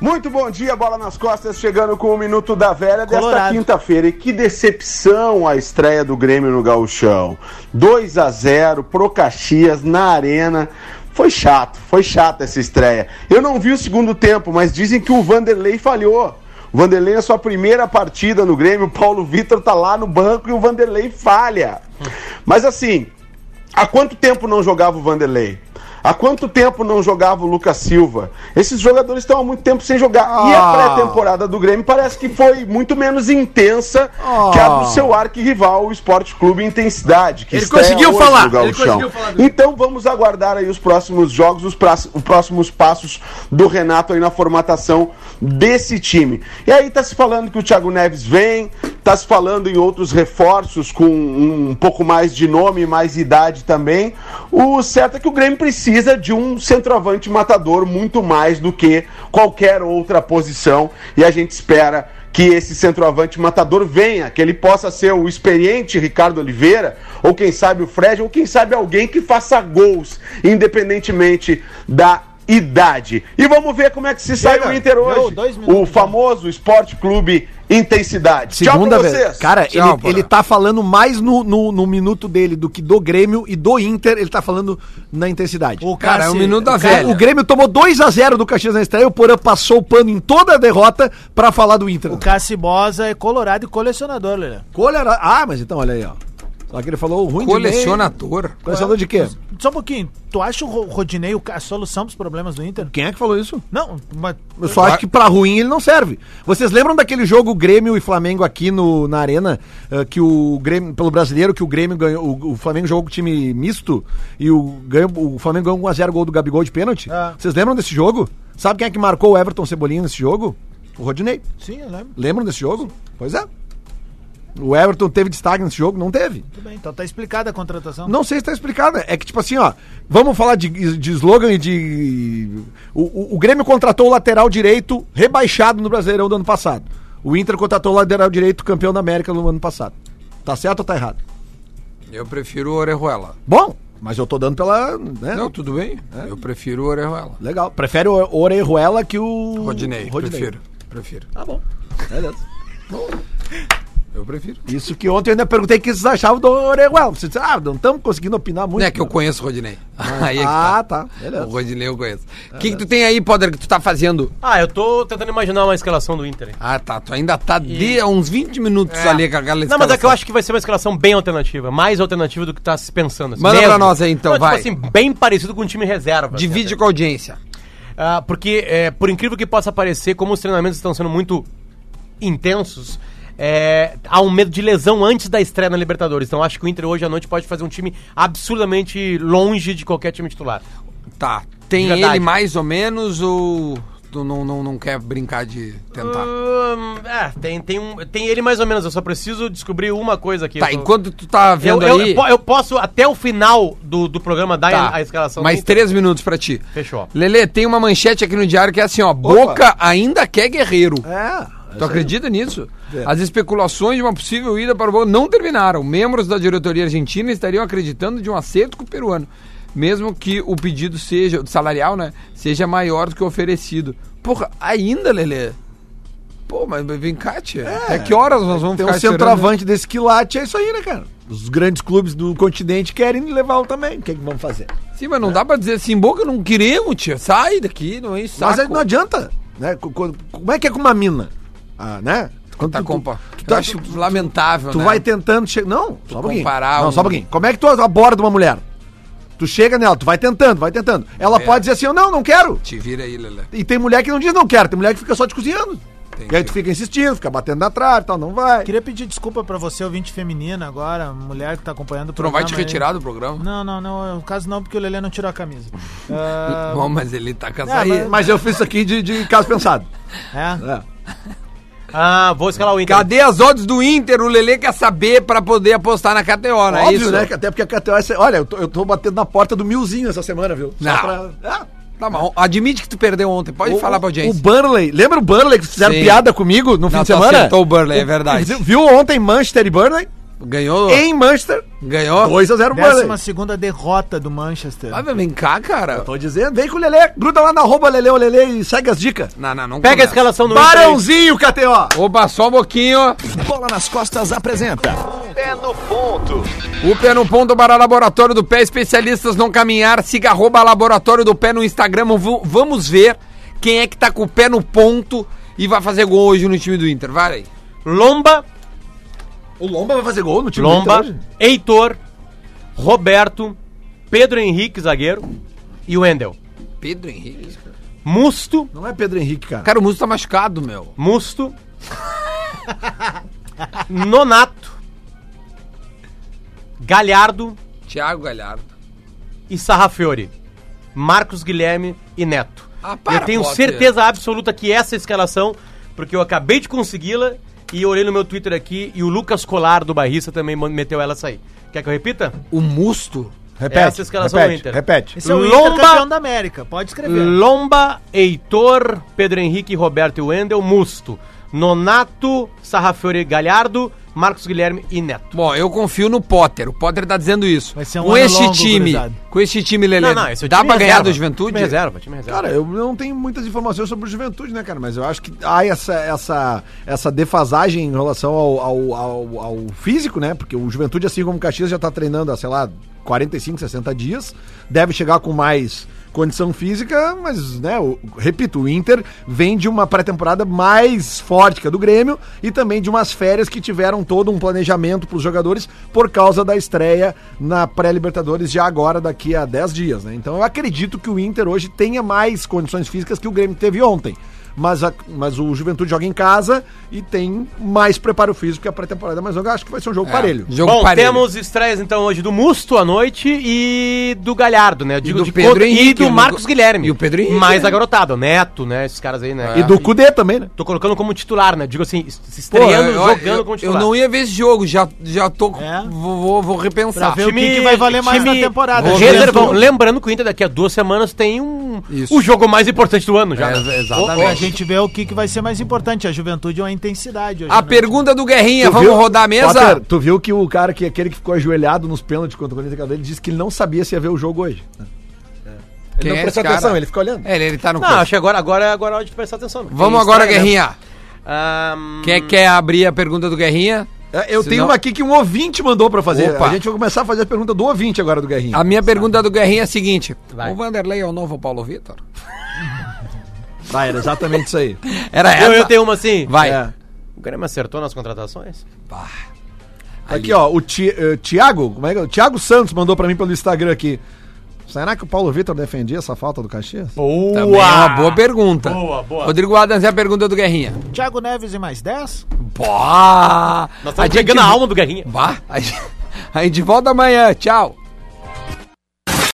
Speaker 10: Muito bom dia, bola nas costas, chegando com o Minuto da
Speaker 4: é
Speaker 10: Velha desta
Speaker 3: Colorado.
Speaker 10: quinta-feira. E que decepção a estreia do Grêmio no Gauchão. 2 a 0 pro Caxias na Arena. Foi chato, foi chata essa estreia. Eu não vi o segundo tempo, mas dizem que o Vanderlei falhou. O Vanderlei é sua primeira partida no Grêmio, o Paulo Vitor tá lá no banco e o Vanderlei falha. Mas assim, Há quanto tempo não jogava o Vanderlei? Há quanto tempo não jogava o Lucas Silva? Esses jogadores estão há muito tempo sem jogar. E a
Speaker 4: Ah.
Speaker 10: pré-temporada do Grêmio parece que foi muito menos intensa que a do seu arquirrival, o Esporte Clube Intensidade. Que
Speaker 4: Oh. Ele
Speaker 10: estreia
Speaker 4: conseguiu
Speaker 10: hoje
Speaker 4: falar,
Speaker 10: no Gauchão.
Speaker 4: ele conseguiu falar do-
Speaker 10: Então vamos aguardar aí os próximos jogos, os, pra- os próximos passos do Renato aí na formatação desse time. E aí tá se falando que o Thiago Neves vem, tá se falando em outros reforços com um pouco mais de nome, mais idade também. O certo é que o Grêmio precisa de um centroavante matador muito mais do que qualquer outra posição e a gente espera que esse centroavante matador venha, que ele possa ser o experiente Ricardo Oliveira, ou quem sabe o Fred, ou quem sabe alguém que faça gols, independentemente da idade. E vamos ver como é que se sai o Inter hoje.
Speaker 3: dois minutos né?
Speaker 10: o famoso Esporte Clube Intensidade.
Speaker 4: Segunda
Speaker 10: pra
Speaker 4: vez. Cara,
Speaker 2: Tchau,
Speaker 4: ele, ele
Speaker 2: Porã.
Speaker 4: tá falando mais no, no, no minuto dele do que do Grêmio e do Inter, ele tá falando na intensidade.
Speaker 3: O
Speaker 2: Cara, é o
Speaker 3: Cassi-
Speaker 2: Minuto da
Speaker 3: o
Speaker 2: Velha.
Speaker 4: O Grêmio tomou 2 a 0 do Caxias na estreia, o Porã passou o pano em toda a derrota pra falar do Inter.
Speaker 3: O Cassi Bosa é colorado e colecionador, Lelê.
Speaker 4: Colera... Ah, mas então olha aí, ó. Só que ele falou ruim de
Speaker 2: Colecionador.
Speaker 4: meio. Colecionador de quê?
Speaker 3: Só um pouquinho, tu acha o Ro- Rodinei o ca- a solução pros problemas do Inter?
Speaker 4: Quem é que falou isso?
Speaker 3: Não, mas
Speaker 4: Eu só acho que pra ruim ele não serve. Vocês lembram daquele jogo Grêmio e Flamengo aqui no, na arena eh, que o Grêmio pelo brasileiro que o Grêmio ganhou, o, o Flamengo jogou com time misto e o, ganhou, o Flamengo ganhou com 1 a 0 gol do Gabigol de pênalti?
Speaker 3: É.
Speaker 4: Vocês lembram desse jogo? Sabe quem é que marcou o Everton Cebolinha nesse jogo? O Rodinei.
Speaker 3: sim, eu lembro.
Speaker 4: Lembram desse jogo? Pois é. O Everton teve destaque nesse jogo? Não teve.
Speaker 3: Tudo bem, então tá explicada a contratação.
Speaker 4: Não sei se tá explicado. né? É que, tipo assim, ó, vamos falar de, de slogan e de. O, o- o Grêmio contratou o lateral direito rebaixado no Brasileirão do ano passado. O Inter contratou o lateral direito campeão da América no ano passado. Tá certo ou tá errado?
Speaker 2: Eu prefiro o Orejuela.
Speaker 4: Bom, mas eu tô dando pela. Né?
Speaker 2: Não, tudo bem. Eu prefiro o Orejuela.
Speaker 4: Legal. Prefere o Orejuela que o.
Speaker 2: Rodinei, prefiro. Prefiro.
Speaker 4: Tá bom. Beleza.
Speaker 2: Eu Eu prefiro.
Speaker 4: Isso que ontem eu ainda perguntei o que vocês achavam do Orejuela. Vocês disseram, ah, não estamos conseguindo opinar muito.
Speaker 2: Não é que eu conheço o Rodinei. *laughs*
Speaker 4: Ah,
Speaker 2: é que
Speaker 4: ah, tá. Beleza.
Speaker 2: O Rodinei eu conheço.
Speaker 8: É,
Speaker 2: O
Speaker 8: né?
Speaker 2: que, que tu tem aí, Poder, que tu tá fazendo?
Speaker 8: Ah, eu tô tentando imaginar uma escalação do Inter. hein?
Speaker 2: Ah, tá. Tu ainda tá de uns 20 minutos ali com aquela
Speaker 8: Não, mas é que eu acho que vai ser uma escalação bem alternativa. Mais alternativa do que tá se pensando.
Speaker 2: Manda pra nós aí, então, vai.
Speaker 8: Tipo assim, bem parecido com o time reserva. assim.
Speaker 2: Divide com a audiência.
Speaker 8: Ah, porque, é, por incrível que possa parecer, como os treinamentos estão sendo muito intensos, é, há um medo de lesão antes da estreia na Libertadores. Então acho que o Inter hoje à noite pode fazer um time absurdamente longe de qualquer time titular.
Speaker 2: Tá. Tem
Speaker 8: De verdade.
Speaker 2: ele mais ou menos ou tu não, não, não quer brincar de tentar?
Speaker 8: Hum, é, tem, tem, um, tem ele mais ou menos, eu só preciso descobrir uma coisa aqui.
Speaker 2: tá,
Speaker 8: Eu tô-
Speaker 2: enquanto tu tá vendo
Speaker 8: eu, eu-
Speaker 2: aí...
Speaker 8: Eu, eu posso até o final do, do programa dar
Speaker 2: Tá.
Speaker 8: a, a escalação.
Speaker 2: Mais
Speaker 8: do-
Speaker 2: três minutos pra ti.
Speaker 8: Fechou.
Speaker 2: Lele, tem uma manchete aqui no diário que é assim, ó. Boca ainda quer guerreiro.
Speaker 4: É.
Speaker 2: Tu acredita nisso?
Speaker 4: É.
Speaker 2: As especulações de uma possível ida para o Boca não terminaram. Membros da diretoria argentina estariam acreditando de um acerto com o peruano, mesmo que o pedido seja salarial, né, seja maior do que o oferecido. Porra, ainda, Lelê. Pô, mas vem cá, tia. Até que horas nós vamos
Speaker 4: É. Tem
Speaker 2: ficar
Speaker 4: um
Speaker 2: esperando, né?
Speaker 4: centroavante desse quilate, é isso aí, né, cara? Os grandes clubes do continente querem levá-lo também. O que, é que vamos fazer?
Speaker 2: né? Sim, mas não dá pra dizer assim, Boca, não queremos, tia. Sai daqui, não é isso.
Speaker 4: Mas aí não adianta. Né? Co- co- Como é que é com uma mina? Ah, né? Quando
Speaker 2: Tá,
Speaker 4: tu-
Speaker 2: compa.
Speaker 4: tu- tu-
Speaker 2: Eu acho lamentável,
Speaker 4: Tu
Speaker 2: né?
Speaker 4: vai tentando chegar. Não, só um pouquinho.
Speaker 2: comparar
Speaker 4: Não,
Speaker 2: um-
Speaker 4: só um pouquinho. Como é que tu aborda uma mulher? Tu chega nela, tu vai tentando, vai tentando. Ela
Speaker 2: É.
Speaker 4: pode dizer assim, eu não, não quero.
Speaker 2: Te vira aí, Lelê.
Speaker 4: E tem mulher que não diz não quero, tem mulher que fica só te cozinhando.
Speaker 2: Entendi.
Speaker 4: E aí tu fica insistindo, fica batendo na trave e tal, não vai.
Speaker 3: Queria pedir desculpa pra você, ouvinte feminina agora, mulher que tá acompanhando o
Speaker 2: Tu não vai te
Speaker 3: programa aí.
Speaker 2: retirar do programa?
Speaker 3: Não, não, não. No caso não, porque o Lelê não tirou
Speaker 2: *laughs*
Speaker 3: a camisa. Ah,
Speaker 2: Bom, mas ele tá
Speaker 3: É,
Speaker 2: casado.
Speaker 3: mas-
Speaker 4: Ah, Mas eu fiz isso aqui de, de caso pensado.
Speaker 3: é.
Speaker 4: É.
Speaker 8: Ah, vou escalar o Inter.
Speaker 2: Cadê as odds do Inter? O Lelê quer saber pra poder apostar na KTO, não é
Speaker 4: Óbvio,
Speaker 2: isso?
Speaker 4: né? que Até porque a KTO. é se- Olha, eu tô, eu tô batendo na porta do milzinho essa semana, viu? Só
Speaker 2: Não.
Speaker 4: pra- Ah,
Speaker 2: Tá bom, admite que tu perdeu ontem. Pode falar pra
Speaker 4: O
Speaker 2: audiência.
Speaker 4: Burnley, lembra o Burnley que fizeram
Speaker 2: Sim.
Speaker 4: piada comigo no fim
Speaker 2: Não, tu
Speaker 4: de semana?
Speaker 2: acertou o Burnley, é verdade.
Speaker 4: Viu ontem Manchester e Burnley?
Speaker 2: Ganhou?
Speaker 4: Em Manchester,
Speaker 2: Ganhou?
Speaker 4: 2x0
Speaker 3: Décima
Speaker 4: Burnley.
Speaker 3: segunda derrota do Manchester.
Speaker 2: Ah, mas vem cá, cara.
Speaker 4: Tô dizendo, vem com o Lelê, gruda lá na arroba Lelê, o Lelê e segue as dicas.
Speaker 2: Não, não, não.
Speaker 8: Pega a
Speaker 2: começa.
Speaker 8: escalação do Inter. aí.
Speaker 4: Barãozinho, KTO.
Speaker 2: Opa, só um pouquinho.
Speaker 6: Bola nas costas apresenta.
Speaker 2: O pé no ponto para Laboratório do Pé, especialistas no caminhar. Siga arroba Laboratório do Pé no Instagram. V- Vamos ver quem é que tá com o pé no ponto e vai fazer gol hoje no time do Inter. Vai aí.
Speaker 8: Lomba,
Speaker 4: O Lomba vai fazer gol no time do
Speaker 8: Lomba,
Speaker 4: Inter hoje?
Speaker 8: Heitor, Roberto, Pedro Henrique, zagueiro, e o Wendel.
Speaker 2: Pedro Henrique.
Speaker 8: Musto,
Speaker 4: Não é Pedro Henrique, cara.
Speaker 2: Cara, o Musso tá machucado, meu.
Speaker 8: Musto, Nonato, Galhardo
Speaker 2: Thiago Galhardo.
Speaker 8: e Sarrafiori. Marcos Guilherme e Neto.
Speaker 2: Ah, para,
Speaker 8: eu tenho
Speaker 2: Potter.
Speaker 8: certeza absoluta que essa escalação, porque eu acabei de consegui-la e olhei no meu Twitter aqui e o Lucas Colar do Barrista também man- meteu ela sair. Quer que eu repita?
Speaker 2: O Musto?
Speaker 4: Repete,
Speaker 8: Essa É escalação do
Speaker 4: repete,
Speaker 8: Inter.
Speaker 4: repete.
Speaker 3: Esse é o
Speaker 8: Lomba-
Speaker 3: Inter campeão da América. Pode escrever.
Speaker 8: Lomba, Heitor, Pedro Henrique, Roberto e Wendel, Musto, Nonato, Sarrafiore Galhardo, Marcos Guilherme e Neto.
Speaker 2: Bom, eu confio no Potter. O Potter tá dizendo isso.
Speaker 3: Vai ser um
Speaker 2: com
Speaker 3: ano
Speaker 2: esse
Speaker 3: longo,
Speaker 2: time,
Speaker 3: gurizada.
Speaker 2: com esse time, é Lelê, dá pra ganhar do Juventude?
Speaker 8: Time reserva, time reserva.
Speaker 4: Cara, eu não tenho muitas informações sobre o Juventude, né, cara? Mas eu acho que há essa, essa, essa defasagem em relação ao, ao, ao- ao físico, né? Porque o Juventude, assim como o Caxias, já tá treinando há, sei lá, 45, 60 dias. Deve chegar com mais condição física, mas, né, o- repito, o Inter vem de uma pré-temporada mais forte que a do Grêmio e também de umas férias que tiveram todo um planejamento para os jogadores por causa da estreia na pré-Libertadores já agora daqui a 10 dias, né? Então eu acredito que o Inter hoje tenha mais condições físicas que o Grêmio teve ontem. Mas, a- mas o Juventude joga em casa e tem mais preparo físico que a pré-temporada mais longa. Acho que vai ser um jogo
Speaker 2: É,
Speaker 4: parelho.
Speaker 2: Jogo
Speaker 8: Bom,
Speaker 2: parelho.
Speaker 8: temos estreias então hoje do Musto à noite e do Galhardo, né? Eu digo
Speaker 2: do
Speaker 8: de
Speaker 2: Pedro
Speaker 8: contra- e
Speaker 2: Henrique,
Speaker 8: do Marcos
Speaker 2: eu não-
Speaker 8: Guilherme.
Speaker 2: E o Pedro Henrique,
Speaker 8: Mais
Speaker 2: né? Ah.
Speaker 8: a garotada, o Neto, né? Esses caras aí, né?
Speaker 4: E do Cudê também, né?
Speaker 8: Tô colocando como titular, né? Digo assim, se
Speaker 2: Pô,
Speaker 8: estreando,
Speaker 2: Tá eu-
Speaker 8: jogando
Speaker 2: eu,
Speaker 8: como
Speaker 2: eu
Speaker 8: titular.
Speaker 2: não ia ver esse jogo, já, já tô. com-
Speaker 3: É?
Speaker 2: Vou, vou- vou repensar.
Speaker 3: Pra ver o que, que vai valer mais na temporada.
Speaker 8: Vou
Speaker 3: Juventude.
Speaker 8: reservão. Lembrando que o Inter daqui a duas semanas tem um
Speaker 2: Isso.
Speaker 8: o jogo mais importante do ano já.
Speaker 2: É,
Speaker 8: né?
Speaker 3: Ou a
Speaker 2: exatamente.
Speaker 3: gente vê o que, que vai ser mais importante, a juventude ou a intensidade. hoje né? à
Speaker 2: A
Speaker 3: noite.
Speaker 2: pergunta do Guerrinha,
Speaker 4: Tu
Speaker 2: vamos
Speaker 4: viu-
Speaker 2: rodar a mesa?
Speaker 4: Potter, tu viu que o cara, que aquele que ficou ajoelhado nos pênaltis contra o Corinthians, aquela vez, ele disse que ele não sabia se ia ver o jogo hoje. né?
Speaker 2: Quem é esse cara?
Speaker 4: ficou olhando.
Speaker 2: É, ele, ele tá no.
Speaker 8: Não,
Speaker 2: coisa.
Speaker 8: acho que agora, agora, agora é hora de prestar atenção. né?
Speaker 2: Vamos
Speaker 8: Tem
Speaker 2: agora,
Speaker 8: estreia, né?
Speaker 2: Guerrinha.
Speaker 8: Ahn,
Speaker 2: Quem é que quer abrir a pergunta do Guerrinha?
Speaker 4: Eu tenho
Speaker 2: Senão-
Speaker 4: uma aqui que um ouvinte mandou pra fazer.
Speaker 2: Opa. Ah,
Speaker 4: A gente vai começar a fazer a pergunta do ouvinte agora do Guerrinha.
Speaker 2: A minha pergunta do Guerrinha é a seguinte:
Speaker 4: Vai.
Speaker 2: O Vanderlei é o novo Paulo Vitor?
Speaker 4: Vai, era exatamente isso aí.
Speaker 2: Era é essa?
Speaker 8: Eu, eu tenho uma
Speaker 2: *laughs*
Speaker 8: assim.
Speaker 2: Vai.
Speaker 8: É. O Grêmio acertou nas contratações?
Speaker 4: Aqui, ó, o Ti, eh, Thiago, como é que é? O Thiago Santos mandou pra mim pelo Instagram aqui. Será que o Paulo Vitor defendia essa falta do Caxias?
Speaker 8: Boa!
Speaker 2: Também é uma boa pergunta.
Speaker 4: Boa, boa.
Speaker 2: Rodrigo Adams é a pergunta do Guerrinha.
Speaker 3: Thiago Neves e mais 10?
Speaker 2: Pá!
Speaker 8: Nós estamos Tá pegando a alma do Guerrinha.
Speaker 2: Bah, a gente, a gente volta amanhã. Tchau.